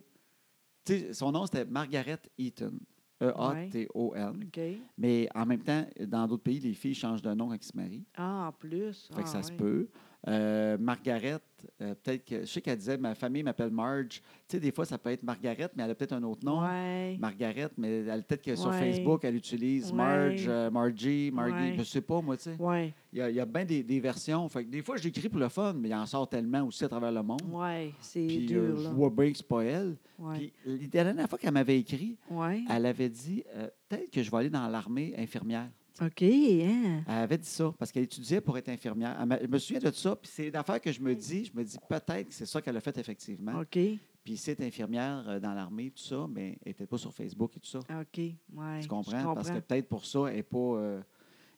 A: tu sais, son nom, c'était Margaret Eaton. E E-A-T-O-N.
B: OK.
A: Mais en même temps, dans d'autres pays, les filles changent de nom quand ils se marient.
B: Ah, en plus.
A: Fait que
B: Ah,
A: ça se
B: ouais.
A: peut. Euh, Margaret, euh, peut-être que. Je sais qu'elle disait ma famille m'appelle Marge. Tu sais, des fois, ça peut être Margaret, mais elle a peut-être un autre nom.
B: Ouais.
A: Margaret, mais elle peut-être que sur
B: Ouais.
A: Facebook, elle utilise
B: Ouais.
A: Marge, euh, Margie, Margie.
B: Ouais.
A: Je sais pas, moi, tu sais.
B: Ouais.
A: Il y a, il y a bien des, des versions. Fait que des fois, je l'écris pour le fun, mais il en sort tellement aussi à travers le monde.
B: Ouais. C'est
A: Puis euh,
B: dur,
A: je
B: là.
A: vois bien que c'est pas elle.
B: Ouais.
A: Puis la dernière fois qu'elle m'avait écrit,
B: Ouais.
A: elle avait dit euh, peut-être que je vais aller dans l'armée infirmière.
B: OK, hein?
A: Elle avait dit ça parce qu'elle étudiait pour être infirmière. Elle m'a- je me souviens de ça. Puis c'est une affaire que je me dis. Je me dis peut-être que c'est ça qu'elle a fait effectivement.
B: OK,
A: Puis c'est infirmière euh, dans l'armée, tout ça, mais elle n'était pas sur Facebook et tout ça.
B: OK, ouais.
A: Tu comprends? Parce que peut-être pour ça, elle est pas. euh,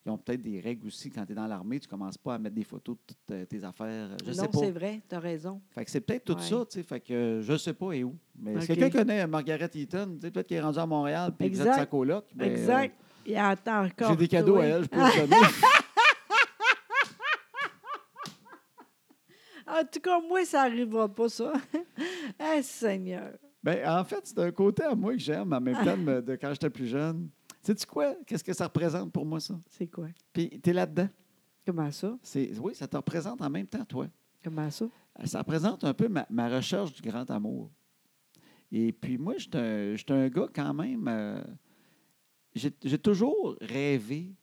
A: ils ont peut-être des règles aussi. Quand tu es dans l'armée, tu commences pas à mettre des photos de toutes euh, tes affaires. Je
B: non,
A: sais pas.
B: c'est vrai, tu as raison.
A: Fait que c'est peut-être tout
B: Ouais.
A: ça, tu sais. Fait que euh, je sais pas et où. Mais si
B: OK.
A: quelqu'un connaît euh, Margaret Eaton, tu sais, peut-être qu'elle est rendue à Montréal puis que vous êtes
B: Exact.
A: sa coloc. ben, euh,
B: exact. Il attend encore.
A: J'ai des cadeaux
B: toi.
A: à elle, je peux le donner.
B: En tout cas, moi, ça n'arrivera pas, ça. ah, Seigneur.
A: Ben, en fait, c'est un côté à moi que j'aime en même temps de, me- de quand j'étais plus jeune. Sais-tu quoi? Qu'est-ce que ça représente pour moi, ça?
B: C'est quoi?
A: Puis t'es là-dedans.
B: Comment ça?
A: C'est, oui, ça te représente en même temps, toi.
B: Comment ça?
A: Euh, ça représente un peu ma, ma recherche du grand amour. Et puis moi, j'étais un, j'étais un gars quand même, euh, j'ai j'ai toujours rêvé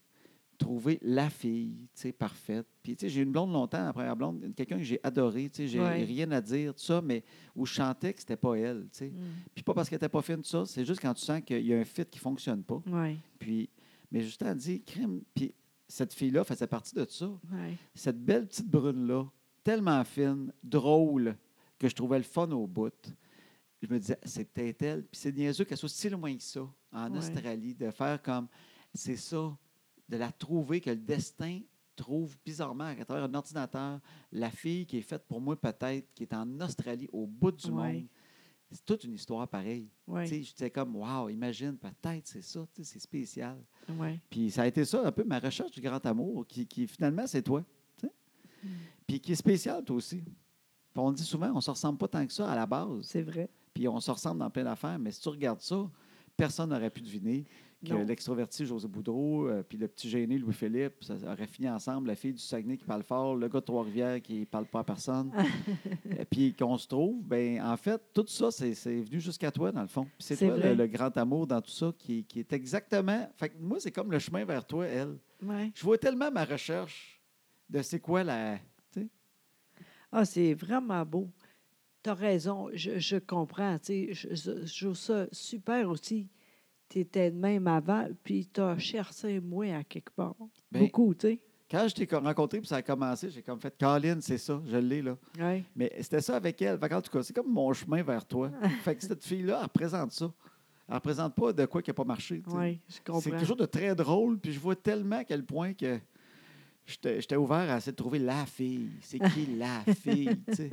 A: trouver la fille, tu sais, parfaite. Puis, tu sais, j'ai eu une blonde longtemps, la première blonde, quelqu'un que j'ai adoré, tu sais, j'ai
B: Ouais.
A: rien à dire, tout ça, mais où je chantais que c'était pas elle, tu sais.
B: Mm.
A: Puis pas parce qu'elle était pas fine, tout ça, c'est juste quand tu sens qu'il y a un fit qui fonctionne pas.
B: Oui,
A: Puis, mais Justin a dit, crime, puis cette fille-là faisait partie de ça
B: oui.
A: cette belle petite brune-là, tellement fine, drôle, que je trouvais le fun au bout. Je me disais, c'est peut-être elle. Puis c'est niaiseux qu'elle soit si loin que ça, en
B: Ouais.
A: Australie, de faire comme, c'est ça, de la trouver, que le destin trouve bizarrement à travers un ordinateur la fille qui est faite pour moi peut-être, qui est en Australie, au bout du
B: Ouais.
A: monde. C'est toute une histoire pareille.
B: Oui,
A: Tu sais, J'étais comme, wow, imagine, peut-être c'est ça, tu sais, c'est spécial.
B: oui.
A: Puis ça a été ça, un peu ma recherche du grand amour, qui, qui finalement, c'est toi. tu sais. Puis qui est spécial, toi aussi. Puis on le dit souvent, on ne se ressemble pas tant que ça à la base.
B: C'est vrai.
A: Puis on se ressemble dans plein d'affaires, mais si tu regardes ça, personne n'aurait pu deviner que
B: Non.
A: l'extroverti José Boudreau, euh, puis le petit gêné Louis-Philippe, ça aurait fini ensemble, la fille du Saguenay qui parle fort, le gars de Trois-Rivières qui ne parle pas à personne. Et puis qu'on se trouve, ben en fait, tout ça, c'est c'est venu jusqu'à toi, dans le fond. Puis c'est
B: C'est
A: toi le,
B: vrai.
A: le grand amour dans tout ça qui, qui est exactement. Fait que moi, c'est comme le chemin vers toi, elle.
B: Ouais.
A: Je vois tellement ma recherche de c'est quoi la.
B: Ah, c'est vraiment beau. Tu as raison, je, je comprends. tu sais, Je, je- je trouve ça super aussi. Tu étais de même avant, puis tu as cherché moins à quelque part.
A: Ben-
B: Beaucoup, tu sais.
A: Quand je t'ai co- rencontré, puis ça a commencé, j'ai comme fait Colin, c'est ça, je l'ai là.
B: Oui,
A: Mais c'était ça avec elle. Fait en tout cas, c'est comme mon chemin vers toi. fait que cette fille-là, elle représente ça. Elle représente pas de quoi qui n'a pas marché. tu sais.
B: oui, je
A: c'est
B: comprends.
A: quelque chose de très drôle, puis je vois tellement à quel point que j'étais j'étais ouvert à essayer de trouver la fille. C'est qui la fille? tu sais.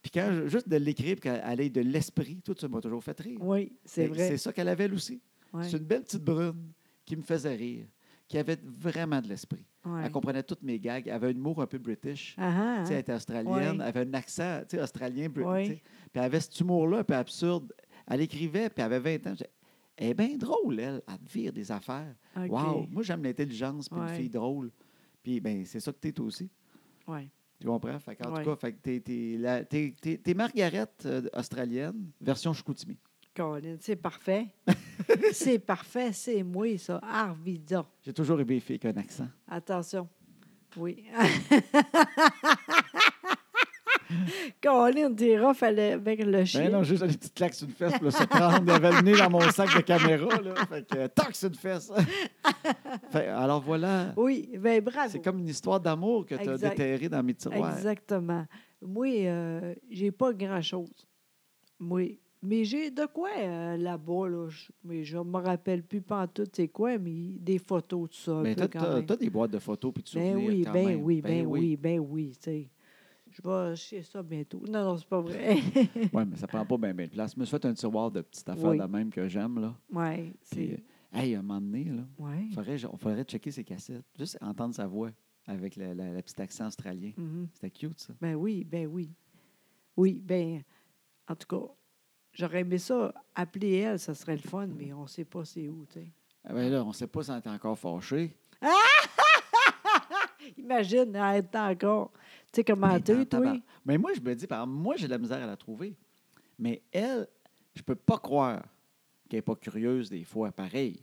A: Puis quand je- juste de l'écrire, puis qu'elle elle ait de l'esprit, tout ça m'a toujours fait rire.
B: Oui, c'est
A: Mais
B: vrai.
A: Ben, C'est ça qu'elle avait elle aussi.
B: Ouais,
A: C'est une belle petite brune qui me faisait rire, qui avait vraiment de l'esprit.
B: ouais.
A: Elle comprenait toutes mes gags, elle avait un humour un peu british.
B: Ah, ah,
A: Tu sais, Elle était australienne,
B: Oui.
A: elle avait un accent tu sais, australien, bri-
B: Oui.
A: tu sais. puis elle avait cet humour-là, puis absurde. Elle écrivait, puis elle avait 20 ans. Je disais, Elle est bien drôle, elle, à te vire des affaires.
B: ah, OK.
A: Wow, moi j'aime l'intelligence, puis une
B: Ouais.
A: fille drôle. Puis ben, c'est ça que t'es toi aussi.
B: Ouais.
A: Tu comprends? Fait en
B: Ouais.
A: tout cas, fait que t'es, t'es la- t'es- t'es- t'es Margaret euh, australienne, version Chicoutimi.
B: Colin, c'est parfait. c'est parfait, c'est moi, ça. Arvida.
A: J'ai toujours aimé les filles avec un accent.
B: Attention. Oui. Colin, t'es rough ale- avec le chien.
A: Ben non, juste des petites claques sur une fesse pour le se prendre. Il avait le nez dans mon sac de caméra, là. Fait que, euh, tac, sur une fesse. Fait, alors voilà.
B: oui, ben bravo.
A: C'est comme une histoire d'amour que tu as
B: Exact.
A: déterrée dans mes tiroirs.
B: Exactement. Moi, euh, j'ai pas grand-chose. Moi. Mais j'ai de quoi euh, là-bas, là. Je- mais je me rappelle plus pantoute c'est quoi, mais des photos, tout ça. un
A: Mais
B: peu
A: Ben, t'as,
B: quand
A: t'as-
B: même.
A: t'as des boîtes de photos puis de
B: Ben
A: souvenirs
B: oui,
A: quand
B: ben
A: même.
B: oui, ben oui, ben oui, tu sais. Je vais chez ça bientôt. Non, non, c'est pas vrai.
A: Ouais, mais ça prend pas bien de place. Mais je fais un tiroir de petites affaires
B: Oui.
A: de même que j'aime, là.
B: oui,
A: Puis,
B: c'est.
A: euh, hey, à un moment donné, là,
B: Oui.
A: faudrait, on faudrait checker ses cassettes. Juste entendre sa voix avec le, la- le petit accent australien. C'était cute, ça.
B: Mm-hmm. Ben oui, ben oui. Oui, ben, en tout cas, j'aurais aimé ça. Appeler elle, ça serait le fun, mais on ne sait pas c'est où, tu sais.
A: Ah ben là, on sait pas si on est encore fâché.
B: Imagine, elle est encore. Tu sais comment
A: Mais dans
B: t'es,
A: le
B: toi?
A: tabac. Mais moi, je me dis, par exemple, moi, j'ai de la misère à la trouver. Mais elle, je peux pas croire qu'elle n'est pas curieuse des fois. Pareil,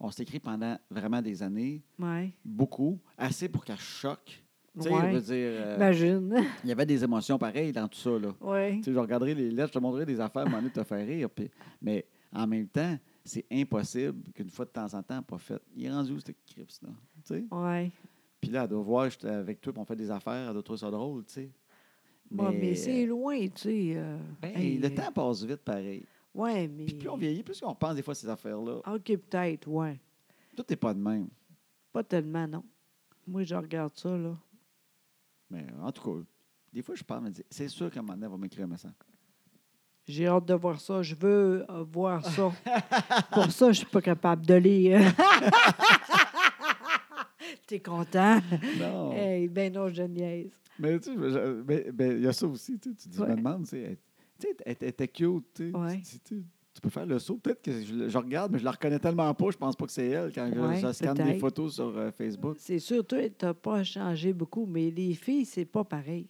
A: on s'écrit pendant vraiment des années,
B: Oui.
A: beaucoup, assez pour qu'elle choque. Tu sais,
B: Ouais. Ben,
A: je veux dire, euh,
B: Imagine.
A: il y avait des émotions pareilles dans tout ça. Là.
B: oui.
A: Tu sais, je regarderai les lettres, je te montrerai des affaires, à un moment donné, te faire rire. puis- mais en même temps, c'est impossible qu'une fois de temps en temps, pas fait. Il est rendu où, ce crips, là? Tu sais?
B: Oui.
A: Puis là, elle doit voir, j'étais avec toi, puis on fait des affaires, elle doit trouver ça drôle, tu sais.
B: Mais, mais c'est loin, tu sais. euh,
A: Ben,
B: hey,
A: le
B: euh,
A: temps passe vite, pareil.
B: Ouais, mais.
A: Puis plus on vieillit, plus on pense des fois à ces affaires-là.
B: OK, peut-être, ouais.
A: Tout n'est pas de même.
B: Pas tellement, non. Moi, je regarde ça, là.
A: Mais en tout cas, des fois, je parle, me dis, c'est sûr qu'à un moment donné, elle va m'écrire un message.
B: J'ai hâte de voir ça. Je veux euh, voir ça. Pour ça, je suis pas capable de lire. T'es content?
A: Non.
B: Hey, ben non, je niaise.
A: Mais tu sais, je- je- mais- mais il y a ça aussi, tu sais, tu dis, je
B: Ouais.
A: me demande, tu sais, elle- tu sais, elle elle était cute, tu sais.
B: Ouais.
A: Tu- tu- tu- Tu peux faire le saut. Peut-être que je, le- je regarde, mais je la reconnais tellement pas, je pense pas que c'est elle quand je-
B: Ouais,
A: je, scanne des
B: peut-être.
A: photos sur euh, Facebook.
B: C'est sûr, toi, t'as pas changé beaucoup, mais les filles, c'est pas pareil.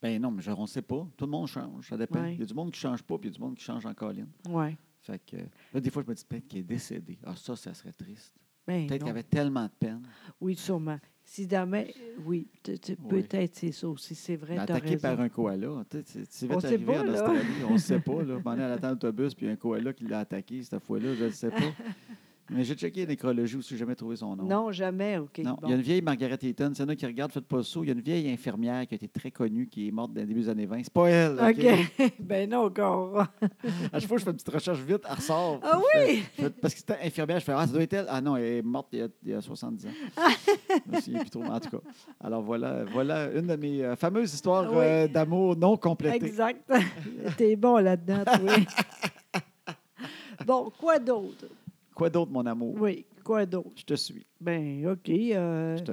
A: Ben non, mais genre, on sait pas. Tout le monde change, ça dépend. Il
B: Ouais.
A: y a du monde qui change pas, puis il y a du monde qui change en colline.
B: Ouais.
A: Fait que, là, des fois, je me dis peut-être qu'il est décédé. Ah, ça, ça serait triste.
B: Ben,
A: Peut-être
B: non.
A: qu'il avait tellement de peine.
B: Oui, sûrement. Si jamais, oui, t- t-
A: Oui.
B: peut-être c'est ça aussi, c'est vrai,
A: Mais
B: t'as
A: attaqué
B: raison.
A: par un koala. Tu sais, c'est- c'est vite
B: On sait
A: arrivé
B: pas,
A: en
B: là.
A: Australie. On ne sait pas. Là. On est à l'attente d'autobus, puis il y a un koala qui l'a attaqué cette fois-là. Je ne sais pas. Mais j'ai checké Nécrologie aussi, j'ai jamais trouvé son nom.
B: Non, jamais. OK.
A: Non,
B: bon.
A: il y a une vieille Margaret Eaton, c'est y en a qui regardent, faites pas ça. Il y a une vieille infirmière qui a été très connue, qui est morte dans le début des années 20. C'est pas elle. OK.
B: OK. ben non, encore.
A: À chaque fois, je fais une petite recherche vite, elle ressort.
B: Ah
A: Je fais-
B: oui!
A: je fais- parce que c'était infirmière, je fais Ah, ça doit être elle. Ah non, elle est morte il y a, il y a 70 ans.
B: Ah.
A: Je me souviens plus trop, mais en tout cas. Alors voilà, voilà une de mes euh, fameuses histoires
B: Oui.
A: euh, d'amour non complétées.
B: Exact. T'es bon là-dedans, toi. bon, quoi d'autre?
A: Quoi d'autre, mon amour?
B: Oui, quoi d'autre?
A: Je te suis.
B: Ben, OK. euh,
A: Je te...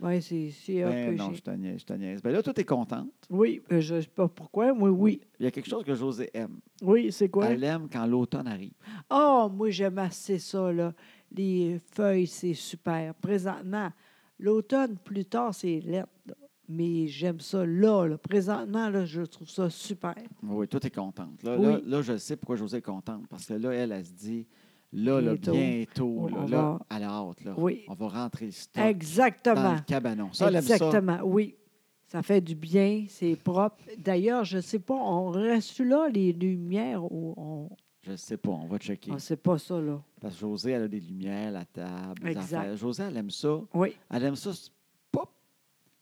B: ouais, c'est c'est un
A: Ben
B: peu
A: non,
B: gê-
A: je te niaise, je te niaise. Ben là, toi, t'es contente.
B: Oui, euh, je ne sais pas pourquoi. Moi, oui.
A: Il y a quelque chose que José aime.
B: Oui, c'est quoi?
A: Elle aime quand l'automne arrive.
B: Oh, moi, j'aime assez ça, là. Les feuilles, c'est super. Présentement, l'automne, plus tard, c'est lettre. là. Mais j'aime ça là, là. Présentement, là, je trouve ça super.
A: Oui, toi, t'es contente. Là, là,
B: Oui.
A: là, je sais pourquoi José est contente. Parce que là, elle, elle se dit, là, là,
B: Bientôt.
A: bientôt, là,
B: On
A: là,
B: va-
A: elle a hâte. Là.
B: Oui.
A: On va rentrer le stock dans
B: Exactement.
A: le cabanon. Ça, elle aime ça.
B: Exactement, oui. Ça fait du bien, c'est propre. D'ailleurs, je ne sais pas, on reste là, les lumières, ou on
A: Je sais pas, on va checker.
B: ne sait pas ça, là.
A: Parce que José, elle a des lumières, la table, les
B: Exact.
A: affaires. José, elle aime ça.
B: Oui,
A: Elle aime ça, c'est pas,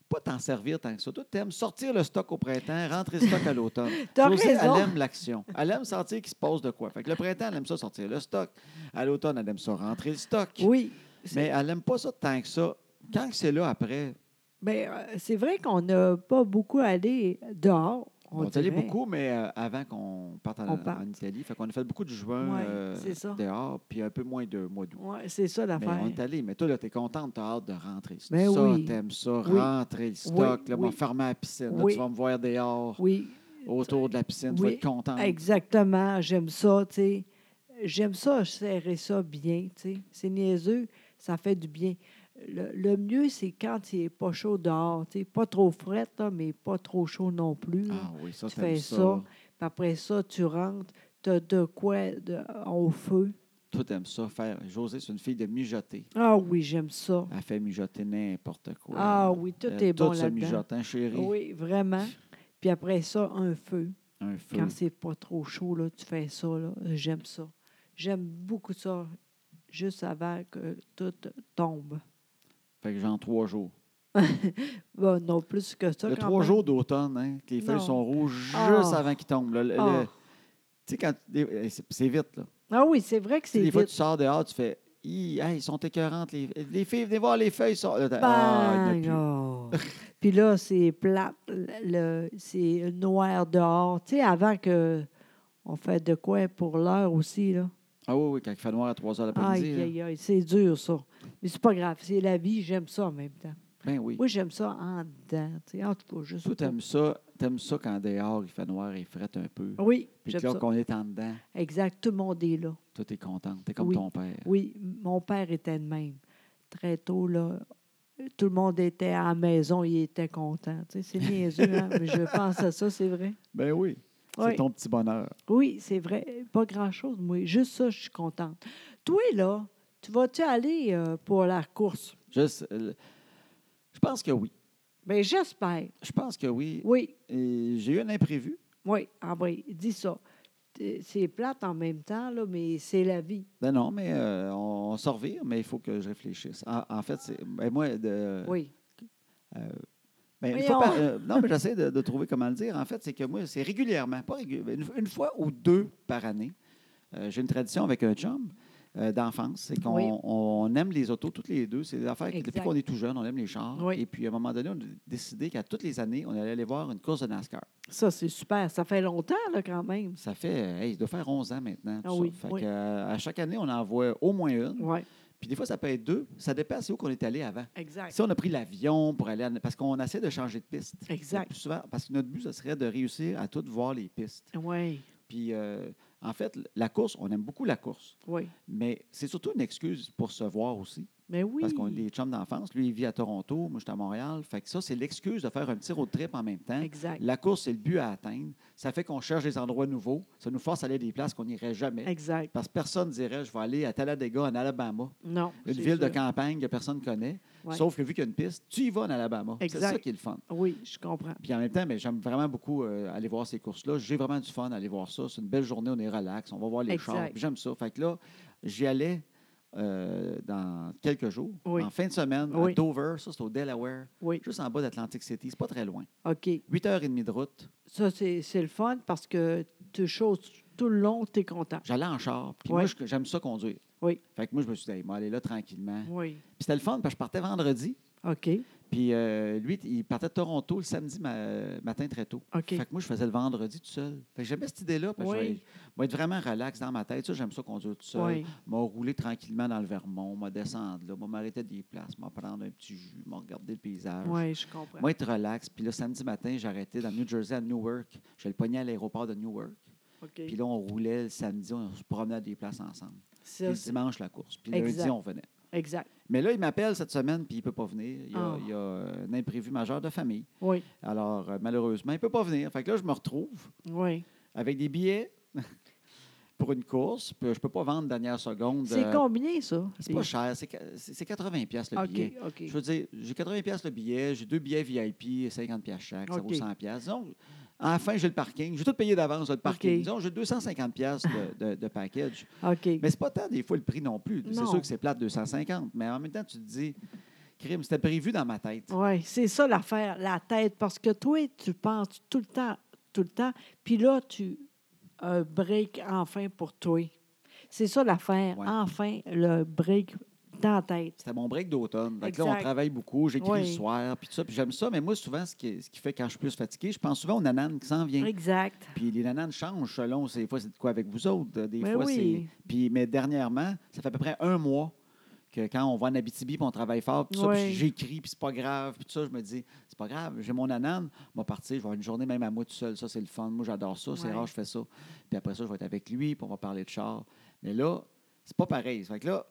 A: pas t'en servir tant que ça. Toi, t'aimes sortir le stock au printemps, rentrer le stock à l'automne.
B: T'as
A: Josée,
B: raison.
A: elle aime l'action. Elle aime sentir qu'il se passe de quoi. Fait que le printemps, elle aime ça sortir le stock. À l'automne, elle aime ça rentrer le stock.
B: oui.
A: Mais elle n'aime pas ça tant que ça. Quand que c'est là après,
B: Mais Ben, euh, c'est vrai qu'on n'a pas beaucoup allé dehors.
A: on,
B: On,
A: est allé
B: dirait.
A: beaucoup, mais euh, avant qu'on parte en,
B: On part.
A: en Italie. Fait qu'on a fait beaucoup de juin
B: Ouais,
A: euh,
B: c'est ça.
A: dehors, puis un peu moins de mois d'août.
B: Ouais, c'est ça
A: Mais
B: l'affaire.
A: Ben, on est allé. Mais toi, là, t'es contente, t'as hâte de rentrer.
B: Ben
A: ça,
B: oui.
A: t'aimes ça,
B: Oui.
A: rentrer le stock, là,
B: oui.
A: moi, fermer la piscine. Là,
B: Oui.
A: tu vas me voir dehors,
B: Oui,
A: autour de la piscine, tu
B: Oui.
A: vas être contente.
B: exactement. J'aime ça, tu sais. J'aime ça, serrer ça bien, tu sais. C'est niaiseux, ça fait du bien. Le, le mieux, c'est quand il n'est pas chaud dehors, tu sais. Pas trop fret, là, mais pas trop chaud non plus. là.
A: Ah oui, ça,
B: Tu
A: t'aimes
B: fais
A: ça.
B: ça. Puis après ça, tu rentres, tu as de quoi de- au feu.
A: Toi, t'aimes ça faire. Josée, c'est une fille de mijoter.
B: Ah oui, j'aime ça.
A: Elle fait mijoter n'importe quoi.
B: Ah oui, tout
A: Euh,
B: est bon
A: Tout ça
B: là-dedans.
A: mijote, hein, chérie?
B: Oui, vraiment. Puis après ça, un feu.
A: Un feu.
B: Quand c'est pas trop chaud, là, tu fais ça. là. Euh, J'aime ça. J'aime beaucoup ça, juste avant que tout tombe.
A: Fait que genre trois jours.
B: Bon, Bah, non, plus que ça.
A: Il y a
B: quand
A: trois
B: même.
A: jours d'automne, hein, que les feuilles
B: Non.
A: sont rouges
B: Ah.
A: juste avant qu'ils tombent. là. Le- le-
B: Ah.
A: Tu sais, quand. eh, C'est c'est vite, là.
B: Ah oui, c'est vrai que
A: Tu sais,
B: c'est
A: des
B: vite.
A: fois, tu sors dehors, tu fais Hi, hey, ils sont écœurantes. Les, les filles, venez voir les feuilles. Sont... Là, t'as- Ah, il
B: Bang!
A: y en a plus.
B: Oh. Puis là, c'est plate, le, c'est noir dehors. Tu sais, avant que on fait de quoi pour l'heure aussi, là.
A: Ah oui, oui, quand il fait noir à 3 heures l'après-midi.
B: Aïe,
A: là.
B: aïe, aïe, c'est dur, ça. Mais c'est pas grave, c'est la vie, j'aime ça en même temps.
A: Ben oui.
B: Moi, j'aime ça en dedans, tu sais, en tout cas, je sais
A: Toi,
B: pas.
A: t'aimes ça, t'aimes ça quand dehors il fait noir et frette un peu.
B: Oui,
A: Puis
B: j'aime
A: que là,
B: ça.
A: qu'on est en dedans,
B: Exact, tout le monde est là.
A: toi, t'es contente. T'es comme
B: Oui.
A: ton père.
B: Oui, mon père était de même. Très tôt, là, tout le monde était à la maison, il était content. Tu sais, c'est niaiseux, hein, mais je pense à ça, c'est vrai.
A: Ben oui. C'est
B: Oui.
A: ton petit bonheur.
B: Oui, c'est vrai. Pas grand-chose, moi. Juste ça, je suis contente. Toi, là, tu vas-tu aller euh, pour la course?
A: Juste, euh, je pense que oui.
B: Bien, Ben, j'espère.
A: Je pense que oui.
B: Oui,
A: Et J'ai eu un imprévu.
B: oui. Ah oui, dis ça. T'es- C'est plate en même temps, là, mais c'est la vie.
A: Ben non, mais euh, on, on s'en revire, mais il faut que je réfléchisse. En, en fait, c'est. ben moi, de,
B: Oui.
A: ben, une
B: Voyons.
A: fois par- euh, non, mais j'essaie de, de trouver comment le dire. En fait, c'est que moi, c'est régulièrement, pas régu- une, une fois ou deux par année. euh, J'ai une tradition avec un chum euh, d'enfance. C'est qu'on
B: Oui.
A: on aime les autos toutes les deux. C'est des affaires que, depuis
B: Exact.
A: qu'on est tout jeune, on aime les chars.
B: Oui.
A: Et puis, à un moment donné, on a décidé qu'à toutes les années, on allait aller voir une course de NASCAR.
B: Ça, c'est super. Ça fait longtemps, là, quand même.
A: Ça fait, euh, hey, ça doit faire 11 ans maintenant. tout
B: Ah
A: ça.
B: oui,
A: Fait
B: oui.
A: que, euh, à chaque année, on en voit au moins une.
B: Oui,
A: Puis des fois, ça peut être deux. Ça dépend c'est où qu'on est allé avant.
B: exact.
A: Si on a pris l'avion pour aller, à- parce qu'on essaie de changer de piste.
B: Exact.
A: Le plus souvent, parce que notre but, ce serait de réussir à toutes voir les pistes.
B: Oui,
A: Puis euh, en fait, la course, on aime beaucoup la course,
B: oui.
A: mais c'est surtout une excuse pour se voir aussi,
B: Mais oui.
A: parce qu'on est des chums d'enfance. Lui, il vit à Toronto, moi, je suis à Montréal. Fait que ça, c'est l'excuse de faire un petit road trip en même temps.
B: Exact.
A: La course, c'est le but à atteindre. Ça fait qu'on cherche des endroits nouveaux. Ça nous force à aller à des places qu'on n'irait jamais.
B: Exact.
A: Parce que personne ne dirait, je vais aller à Talladega, en Alabama,
B: Non.
A: une
B: c'est
A: ville de
B: sûr.
A: campagne que personne ne connaît.
B: Ouais.
A: Sauf que vu qu'il y a une piste, tu y vas en Alabama. C'est
B: Exact.
A: ça qui est le fun.
B: Oui, je comprends.
A: Puis en même temps, mais j'aime vraiment beaucoup euh, aller voir ces courses-là. J'ai vraiment du fun à aller voir ça. C'est une belle journée, on est relax, on va voir les
B: Exact.
A: chars. Puis J'aime ça. Fait que là, j'y allais euh, dans quelques jours,
B: Oui.
A: en fin de semaine, à
B: Oui.
A: Dover. Ça, c'est au Delaware,
B: Oui,
A: juste en bas d'Atlantic City. C'est pas très loin.
B: OK.
A: 8h30 de route.
B: Ça, c'est c'est le fun parce que tu choses tout le long, tu es content.
A: J'allais en char. Puis
B: Oui.
A: moi, je- j'aime ça conduire.
B: Oui.
A: Fait que moi, je me suis dit, Hey, moi, aller là tranquillement.
B: Oui.
A: Puis c'était le fun, parce que je partais vendredi.
B: OK.
A: Puis euh, lui, il partait de Toronto le samedi ma- matin très tôt.
B: OK.
A: Fait que moi, je faisais le vendredi tout seul. Fait que j'aimais cette idée-là. Parce que je
B: Oui.
A: vais- je vais être vraiment relax dans ma tête. Ça, j'aime ça conduire tout seul.
B: Oui.
A: m'a roulé tranquillement dans le Vermont, m'a descendre là, m'a m'arrêter à des places, m'a prendre un petit jus, m'a regarder le paysage.
B: Oui, je comprends.
A: euh, Moi, être relax. Puis là, samedi matin, j'arrêtais dans le New Jersey à Newark. Je le pognais à l'aéroport de Newark.
B: OK.
A: Puis là, on roulait le samedi, on se promenait à des places ensemble. Puis
B: Ça,
A: le
B: c'est-
A: dimanche, la course. Puis lundi,
B: Exact.
A: on venait.
B: exact.
A: Mais là, il m'appelle cette semaine, puis il ne peut pas venir. Il y a,
B: Ah.
A: il y a euh, un imprévu majeur de famille.
B: Oui.
A: Alors, euh, malheureusement, il ne peut pas venir. Fait que là, je me retrouve
B: Oui.
A: avec des billets pour une course. Puis je ne peux pas vendre dernière seconde.
B: C'est
A: Euh,
B: combiné, ça.
A: C'est pas cher. C'est qua- C'est c'est 80 pièces le billet.
B: OK. OK.
A: Je veux dire, j'ai 80 pièces le billet, j'ai deux billets VIP, 50 pièces chaque, ça vaut
B: OK.
A: 100 pièces. Donc, enfin, j'ai le parking. J'ai tout payé d'avance, là, le parking.
B: OK.
A: Disons, j'ai 250 pièces de, de- de package.
B: OK.
A: Mais c'est pas tant des fois le prix non plus. C'est
B: Non.
A: sûr que c'est plate 250, mais en même temps, tu te dis, crime, c'était prévu dans ma tête.
B: Oui, c'est ça l'affaire, la tête. Parce que toi, tu penses tout le temps, tout le temps. Puis là, tu un break enfin pour toi. C'est ça l'affaire.
A: Ouais.
B: Enfin, le break dans la tête.
A: C'était mon break d'automne. Donc là, on
B: Exact.
A: travaille beaucoup, j'écris le
B: Oui.
A: soir, puis tout ça. Puis j'aime ça, mais moi, souvent, ce qui, ce qui fait quand je suis plus fatigué, je pense souvent aux nananes qui s'en viennent.
B: Exact.
A: Puis les nananes changent selon, c'est- des fois c'est de quoi avec vous autres, euh, des
B: Ben
A: fois
B: oui.
A: c'est... Puis, mais dernièrement, ça fait à peu près un mois que quand on va en Abitibi, puis on travaille fort, puis tout ça, puis
B: Oui.
A: j'écris, puis c'est pas grave, puis tout ça, je me dis, c'est pas grave, j'ai mon nanane, moi partir, je vais avoir une journée même à moi tout seul, ça c'est le fun, moi j'adore ça, c'est
B: Ouais.
A: rare, je fais ça. Puis après ça, je vais être avec lui, puis on va parler de char. Mais là, c'est pas pareil. Fait que là,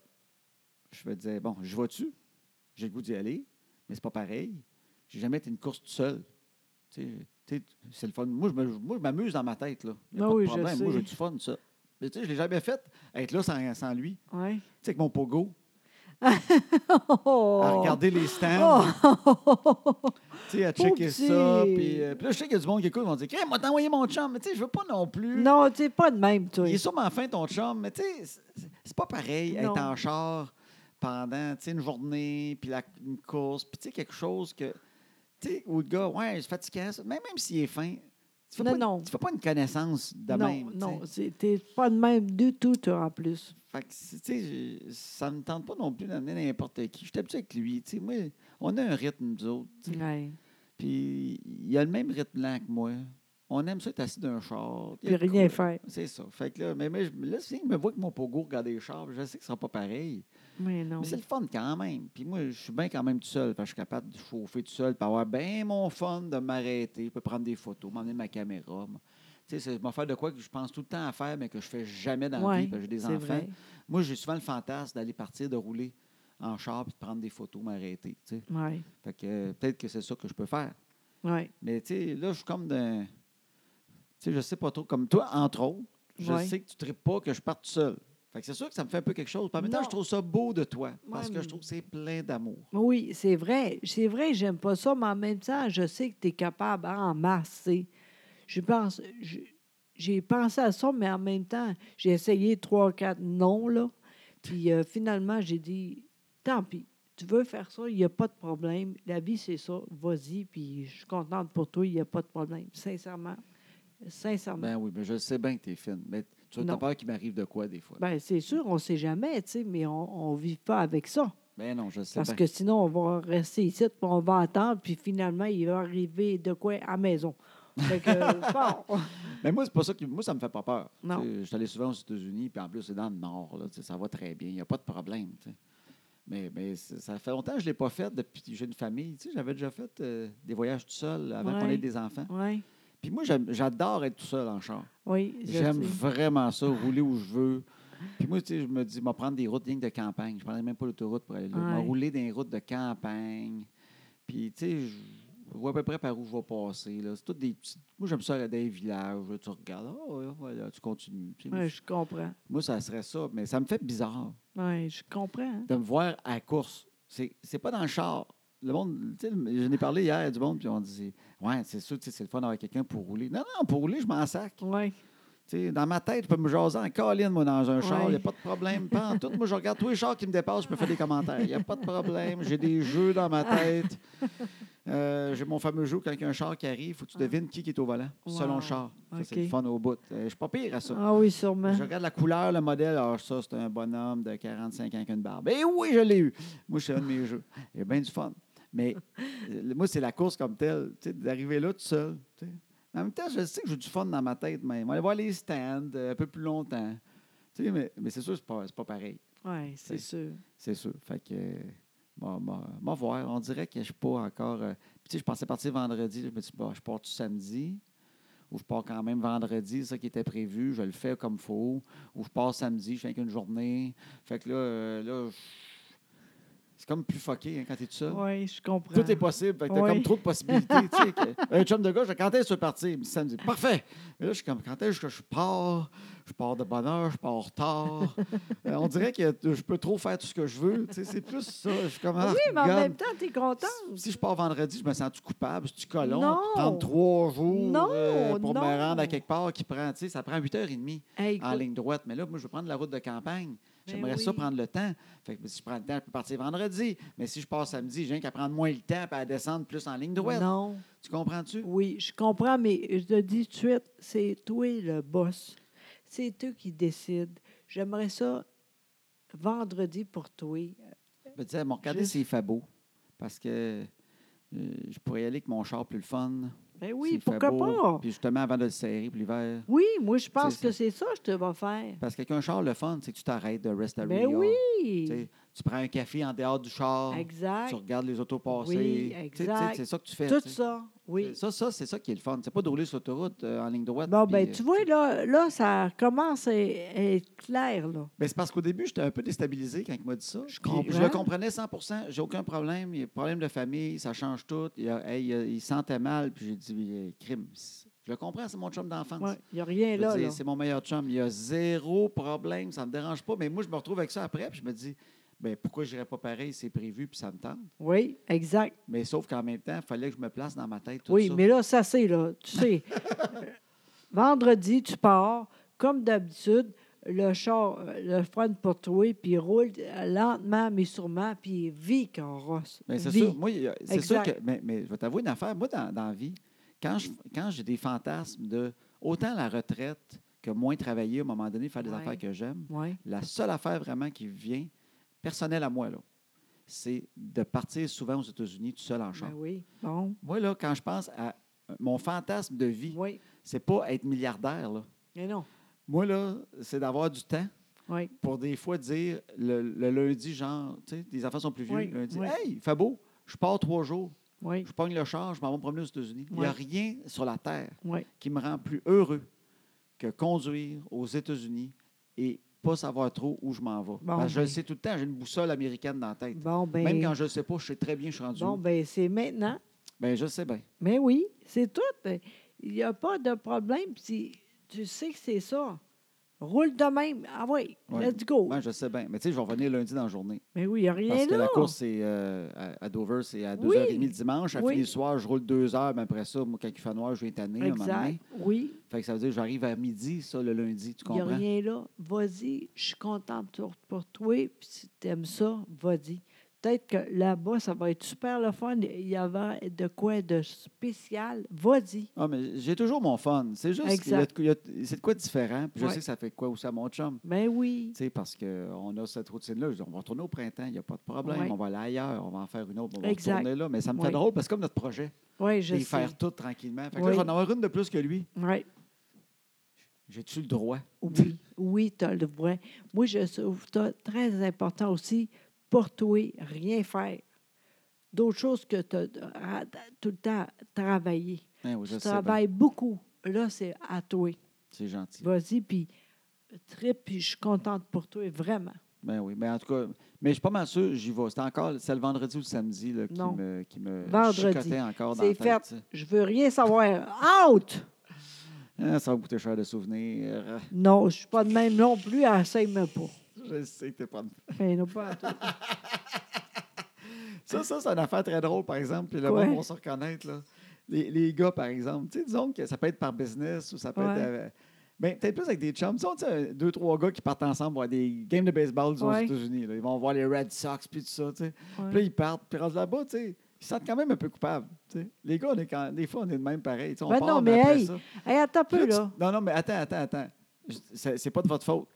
A: je me disais, bon, je vais-tu? J'ai le goût d'y aller, mais c'est pas pareil. J'ai jamais été une course tout seul. Tu sais, tu sais, c'est le fun. Moi, je me- moi, je m'amuse dans ma tête. Là. Y a
B: Ah
A: pas de
B: oui, je
A: problème. Moi,
B: sais.
A: j'ai du fun, ça. Mais tu sais, je l'ai jamais fait, être là sans, sans lui. Tu
B: Oui.
A: sais, avec mon pogo,
B: Oh!
A: à regarder les stands, tu sais, à checker
B: petit.
A: ça. Puis euh, puis là, je sais qu'il y a du monde qui écoute, ils vont dire, Crème, m'a envoyé mon chum, mais tu sais, je veux pas non plus.
B: Non, tu pas de même, toi.
A: Il est sûrement fin, ton chum, mais tu sais, c'est- c'est pas pareil
B: Non.
A: être en char pendant tu sais, une journée, puis la- une course, puis tu sais, quelque chose que. Tu sais, où le gars, ouais, c'est fatigant, ça. même, même s'il est fin. Tu fais,
B: Non,
A: pas, une-
B: non.
A: tu fais pas une connaissance de
B: non,
A: même. tu
B: non,
A: sais.
B: c'est- t'es pas de même du tout, toi, en plus.
A: Fait que, c'est- tu sais, je- ça me tente pas non plus d'amener n'importe qui. Je suis habitué avec lui. tu sais. Moi, on a un rythme, nous autres. tu sais.
B: Ouais.
A: Puis il a le même rythme lent que moi. On aime ça être assis d'un char. Il y
B: Puis
A: a de
B: rien
A: quoi.
B: faire.
A: C'est ça. Fait que là, mais, mais je- là, si il me voit que mon pogo regarde les chars, je sais que ce sera pas pareil.
B: Mais non.
A: Mais c'est le fun quand même. Puis moi, je suis bien quand même tout seul. Fait que je suis capable de chauffer tout seul, puis avoir bien mon fun de m'arrêter. Je peux prendre des photos, m'emmener ma caméra. m- Tu sais, c'est m'en faire de quoi que je pense tout le temps à faire, mais que je fais jamais dans la
B: Ouais,
A: vie, parce que j'ai des
B: c'est
A: enfants.
B: vrai.
A: Moi, j'ai souvent le fantasme d'aller partir, de rouler en char, puis de prendre des photos, m'arrêter. tu sais.
B: Oui,
A: Fait que euh, peut-être que c'est ça que je peux faire.
B: oui.
A: Mais tu sais, là, je suis comme d'un. Tu sais, je sais pas trop. Comme toi, entre autres, je
B: Ouais.
A: sais que tu ne pas que je parte tout seul. Fait que c'est sûr que ça me fait un peu quelque chose. Puis En même temps,
B: Non.
A: je trouve ça beau de toi. Parce
B: Ouais,
A: que
B: mais-
A: je trouve que c'est plein d'amour.
B: Oui, c'est vrai. C'est vrai, j'aime pas ça, mais en même temps, je sais que tu es capable en masse. tu sais. Je pense. je- J'ai pensé à ça, mais en même temps, j'ai essayé trois, quatre noms, là. Puis euh, finalement, j'ai dit tant pis, tu veux faire ça, il n'y a pas de problème. La vie, c'est ça. Vas-y, puis je suis contente pour toi, il n'y a pas de problème. Sincèrement. Sincèrement.
A: Ben oui, mais je sais bien que tu es fine. Mais tu as
B: Non.
A: peur qu'il m'arrive de quoi des fois? Ben,
B: Ben, c'est sûr, on ne sait jamais, tu sais, mais on ne vit pas avec ça.
A: Ben non, je sais
B: Parce
A: bien.
B: que sinon, on va rester ici, puis on va attendre, puis finalement, il va arriver de quoi à la maison. Fait que, bon,
A: Mais moi, c'est pas ça qui. Moi, ça me fait pas peur.
B: Non.
A: Tu sais, Je suis allé souvent aux États-Unis, puis en plus, c'est dans le Nord. Là, tu sais, ça va très bien. Il n'y a pas de problème. tu sais. Mais, mais c- ça fait longtemps que je ne l'ai pas fait depuis que j'ai une famille. Tu sais, J'avais déjà fait euh, des voyages tout seul avant qu'on
B: Ouais.
A: ait des enfants.
B: ouais,
A: Puis moi, j'aime- j'adore être tout seul en char.
B: oui, je
A: J'aime
B: sais.
A: vraiment ça, rouler où je veux. Puis moi, tu sais, je me dis, je vais prendre des routes rien que de campagne. Je ne prendrais même pas l'autoroute pour aller là. Je vais
B: Ouais.
A: rouler dans les routes de campagne. Puis, tu sais, je vois à peu près par où je vais passer. Là. C'est toutes des petites... Moi, j'aime ça aller dans les villages. là. Tu regardes, Ah, ouais, voilà, tu continues. Tu sais,
B: Ouais, je comprends.
A: Moi, ça serait ça, mais ça me fait bizarre
B: Oui, je comprends. hein.
A: de me voir à la course. C'est, c'est pas dans le char. Le monde, tu sais, le- j'en ai parlé hier à du monde, puis on dit, ouais, c'est sûr, tu sais, c'est le fun d'avoir quelqu'un pour rouler. Non, non, pour rouler, je m'en sac.
B: Ouais.
A: T'sais, dans ma tête, je peux me jaser en colline, moi, dans un char. Il
B: Ouais.
A: n'y a pas de problème. Pas en tout. Moi, je regarde tous les chars qui me dépassent, je peux faire des commentaires. Il n'y a pas de problème. J'ai des jeux dans ma tête. Euh, J'ai mon fameux jeu, quand il y a un char qui arrive, il faut que tu devines qui qui est au volant, selon
B: Wow.
A: le char. Ça, C'est
B: OK.
A: le fun au bout. Euh, je suis pas pire à ça.
B: Ah oui, sûrement.
A: Je regarde la couleur, le modèle. Ah, ça, c'est un bonhomme de 45 ans avec une barbe. Eh oui, je l'ai eu. Moi, c'est un de mes jeux. J'ai bien du fun. Mais euh, moi, c'est la course comme telle. Tu sais, d'arriver là tout seul. tu sais. En même temps, je sais que j'ai du fun dans ma tête même. On va voir les stands euh, un peu plus longtemps. Tu sais, mais, mais c'est sûr, c'est pas, c'est pas pareil.
B: Oui, c'est
A: C'est-
B: sûr.
A: C'est sûr. Fait que. euh, m'a- m'a- m'a voir. On dirait que je suis pas encore. euh, puis tu sais, je pensais partir vendredi. Je me dis, bah, je pars tout samedi. Ou je pars quand même vendredi, ça qui était prévu. Je le fais comme il faut. Ou je pars samedi, je fais qu'une journée. Fait que là, euh, là je- c'est comme plus fucké hein, quand t'es tout seul.
B: Oui, je comprends.
A: Tout est possible. Fait que t'as
B: Ouais.
A: comme trop de possibilités. tu sais, que- un chum de gars, je dis, quand est-ce que tu veux partir? Il me dit samedi. Parfait! Mais là, je suis comme, quand est-ce que je pars? Je pars de bonne heure, je pars en retard. Euh, on dirait que t- je peux trop faire tout ce que je veux. Tu sais, c'est plus ça. Je suis comme, ah,
B: oui, mais en
A: regarde,
B: même temps, tu es content.
A: si je pars vendredi, je me sens-tu coupable? Si tu colon,
B: Non.
A: prendre trois jours
B: Non,
A: euh, pour
B: non.
A: me rendre à quelque part qui prend, tu sais, ça prend 8h30
B: Hey,
A: en
B: écoute,
A: ligne droite. Mais là, moi, je veux prendre la route de campagne.
B: Ben
A: J'aimerais ça
B: oui.
A: prendre le temps. Fait que ben, si je prends le temps, je peux partir vendredi. Mais si je pars samedi, j'ai rien qu'à prendre moins le temps et à descendre plus en ligne droite.
B: Non.
A: Tu comprends-tu?
B: Oui, je comprends, mais je te dis tout de suite, c'est toi le boss. C'est toi qui décides. J'aimerais ça vendredi pour toi.
A: Je me disais, mon regardez
B: Juste.
A: s'il fait beau. Parce que euh, je pourrais y aller avec mon char plus le fun.
B: Ben
A: s'il
B: oui,
A: fait
B: pourquoi
A: beau.
B: pas?
A: Puis justement, avant de le serrer pour l'hiver.
B: Oui, moi, je pense
A: C'est
B: que c'est ça que je te vais faire.
A: Parce qu'avec un char, le fun, c'est que tu t'arrêtes de rest area.
B: Ben
A: Tu
B: oui!
A: sais, tu prends un café en dehors du char.
B: Exact.
A: Tu regardes les autos passer.
B: Oui,
A: Tu sais, tu sais,
B: exact.
A: C'est ça que tu fais.
B: Tout
A: tu sais.
B: ça, oui.
A: Euh, Ça, ça c'est ça qui est le fun. C'est pas de rouler sur l'autoroute euh, en ligne droite.
B: Bon,
A: puis,
B: ben
A: euh,
B: tu vois, là, là ça commence à, à être clair, là.
A: Mais c'est parce qu'au début, j'étais un peu déstabilisé quand il m'a dit ça.
B: Je
A: Puis,
B: comprends.
A: Je le comprenais 100 J'ai aucun problème. Il y a problème de famille, ça change tout. Il, y a- hey, il y a- il sentait mal. Puis j'ai dit, euh, crime. c'est- Je le comprends, c'est mon chum d'enfance.
B: Il n'y a
A: Je
B: rien
A: veux
B: là,
A: dire,
B: là.
A: C'est mon meilleur chum. Il y a zéro problème. Ça me dérange pas. Mais moi, je me retrouve avec ça après. Puis je me dis, ben, pourquoi je n'irais pas pareil? C'est prévu, puis ça me tente.
B: Oui, exact.
A: Mais sauf qu'en même temps, il fallait que je me place dans ma tête tout
B: oui,
A: ça.
B: mais là, ça c'est, là. Tu sais, vendredi, tu pars, comme d'habitude, le char, euh, le freine pour toi, puis il roule euh, lentement, mais sûrement, puis vit qu'on rosse.
A: Mais Ben, c'est
B: Vit.
A: sûr, moi, il y a- c'est sûr que.
B: Exact.
A: Mais, mais je vais t'avouer une affaire. Moi, dans, dans la vie, quand, je, quand j'ai des fantasmes de autant la retraite que moins travailler à un moment donné, faire des
B: Ouais.
A: affaires que j'aime,
B: Oui,
A: la seule affaire vraiment qui vient, personnelle à moi, là, c'est de partir souvent aux États-Unis tout seul en
B: ben
A: chambre.
B: oui. Bon,
A: Moi, là, quand je pense à mon fantasme de vie,
B: oui.
A: c'est pas être milliardaire, là.
B: Mais non,
A: Moi, là, c'est d'avoir du temps
B: oui.
A: pour des fois dire le, le lundi, genre, tu sais, les enfants sont plus vieux,
B: Oui,
A: lundi,
B: oui.
A: hey, il fait beau, je pars trois jours.
B: Oui,
A: Je pogne le char, je m'en vais me promener aux États-Unis. Il n'y a
B: Ouais.
A: rien sur la Terre
B: oui.
A: qui me rend plus heureux que conduire aux États-Unis et pas savoir trop où je m'en vais.
B: Bon,
A: Parce que je le
B: ben.
A: sais tout le temps, j'ai une boussole américaine dans la tête.
B: Bon, ben,
A: Même quand je ne sais pas, je sais très bien que je suis rendu.
B: bon,
A: où.
B: ben c'est maintenant.
A: Ben, je sais bien.
B: Mais oui, c'est tout. Il n'y a pas de problème. Si tu sais que c'est ça. Roule de même. Ah oui,
A: Ouais.
B: let's go.
A: Ben, je sais bien. Mais tu sais, je vais revenir lundi dans la journée.
B: Oh. mais oui, il n'y a rien
A: Parce que
B: là.
A: la course, c'est euh, à- à Dover, c'est à
B: Oui.
A: 2h30 le dimanche. À
B: Oui.
A: finir le soir, je roule deux heures. Mais après ça, moi, quand il fait noir, je vais tanner. un moment donné.
B: exact. Oui,
A: Fait que ça veut dire que j'arrive à midi, ça, le lundi. Tu
B: il n'y a
A: comprends?
B: rien là. Vas-y, je suis contente pour, pour toi. Puis si tu aimes ça, vas-y. Peut-être que là-bas, ça va être super le fun. Il y aura de quoi de spécial. Vas-y.
A: Ah, mais j'ai toujours mon fun. C'est juste qu'il y a
B: Exact.
A: de- il y a de- c'est de quoi de différent. Puis je
B: Ouais.
A: sais que ça fait quoi aussi à mon chum.
B: Ben oui.
A: Tu sais, parce qu'on a cette routine-là. Je dis, On va retourner au printemps, il n'y a pas de problème.
B: Ouais.
A: On va aller ailleurs, on va en faire une autre, on va
B: Exact.
A: retourner là. Mais ça me fait
B: Ouais.
A: drôle parce que c'est comme notre projet,
B: Oui, je
A: les
B: sais.
A: faire tout tranquillement. Fait que là, je
B: Oui.
A: vais en avoir une de plus que lui.
B: Ouais.
A: J'ai-tu le droit?
B: Oui, oui, tu as le droit. Moi, je trouve ça très important aussi pour toi, rien faire. D'autres choses que t'as- à- tout le temps travailler.
A: Hein, oui, je
B: Tu
A: sais bien.
B: travailles beaucoup. Là, c'est à toi.
A: C'est gentil.
B: Vas-y, puis trip, puis je suis contente pour toi, vraiment.
A: Ben oui. Mais en tout cas, mais je suis pas mal sûr, j'y vais. C'est encore, c'est le vendredi ou le samedi là, qui,
B: Non.
A: me, qui me
B: Vendredi.
A: chicotait encore dans
B: C'est
A: la tête.
B: fait. Je veux rien savoir. Out!
A: Ah, ça va me coûter cher de souvenirs.
B: Non, je ne suis pas de même non plus, enseigne-moi pas.
A: Je sais que t'es pas de
B: Mais non, pas à toi.
A: Ça, ça, c'est une affaire très drôle, par exemple. Puis là,
B: Ouais.
A: on va se reconnaître. Là. Les, les gars, par exemple. Tu sais, disons que ça peut être par business ou ça peut
B: Ouais.
A: être. euh, Ben, peut-être plus avec des chums. Tu sais, on, tu sais, deux, trois gars qui partent ensemble voir des games de baseball disons,
B: Ouais.
A: aux États-Unis. là. Ils vont voir les Red Sox, puis tout ça. tu sais. Puis là, ils partent, puis rendus là-bas, tu sais, ils se sentent quand même un peu coupables. tu sais. Les gars, on est quand- des fois, on est de même pareil. tu sais, On
B: Ben
A: part,
B: non,
A: mais,
B: mais
A: après
B: hey,
A: ça.
B: Hey, attends un
A: Puis
B: peu,
A: là, tu-
B: là.
A: Non, non, mais attends, attends, attends. Je- C'est c'est pas de votre faute.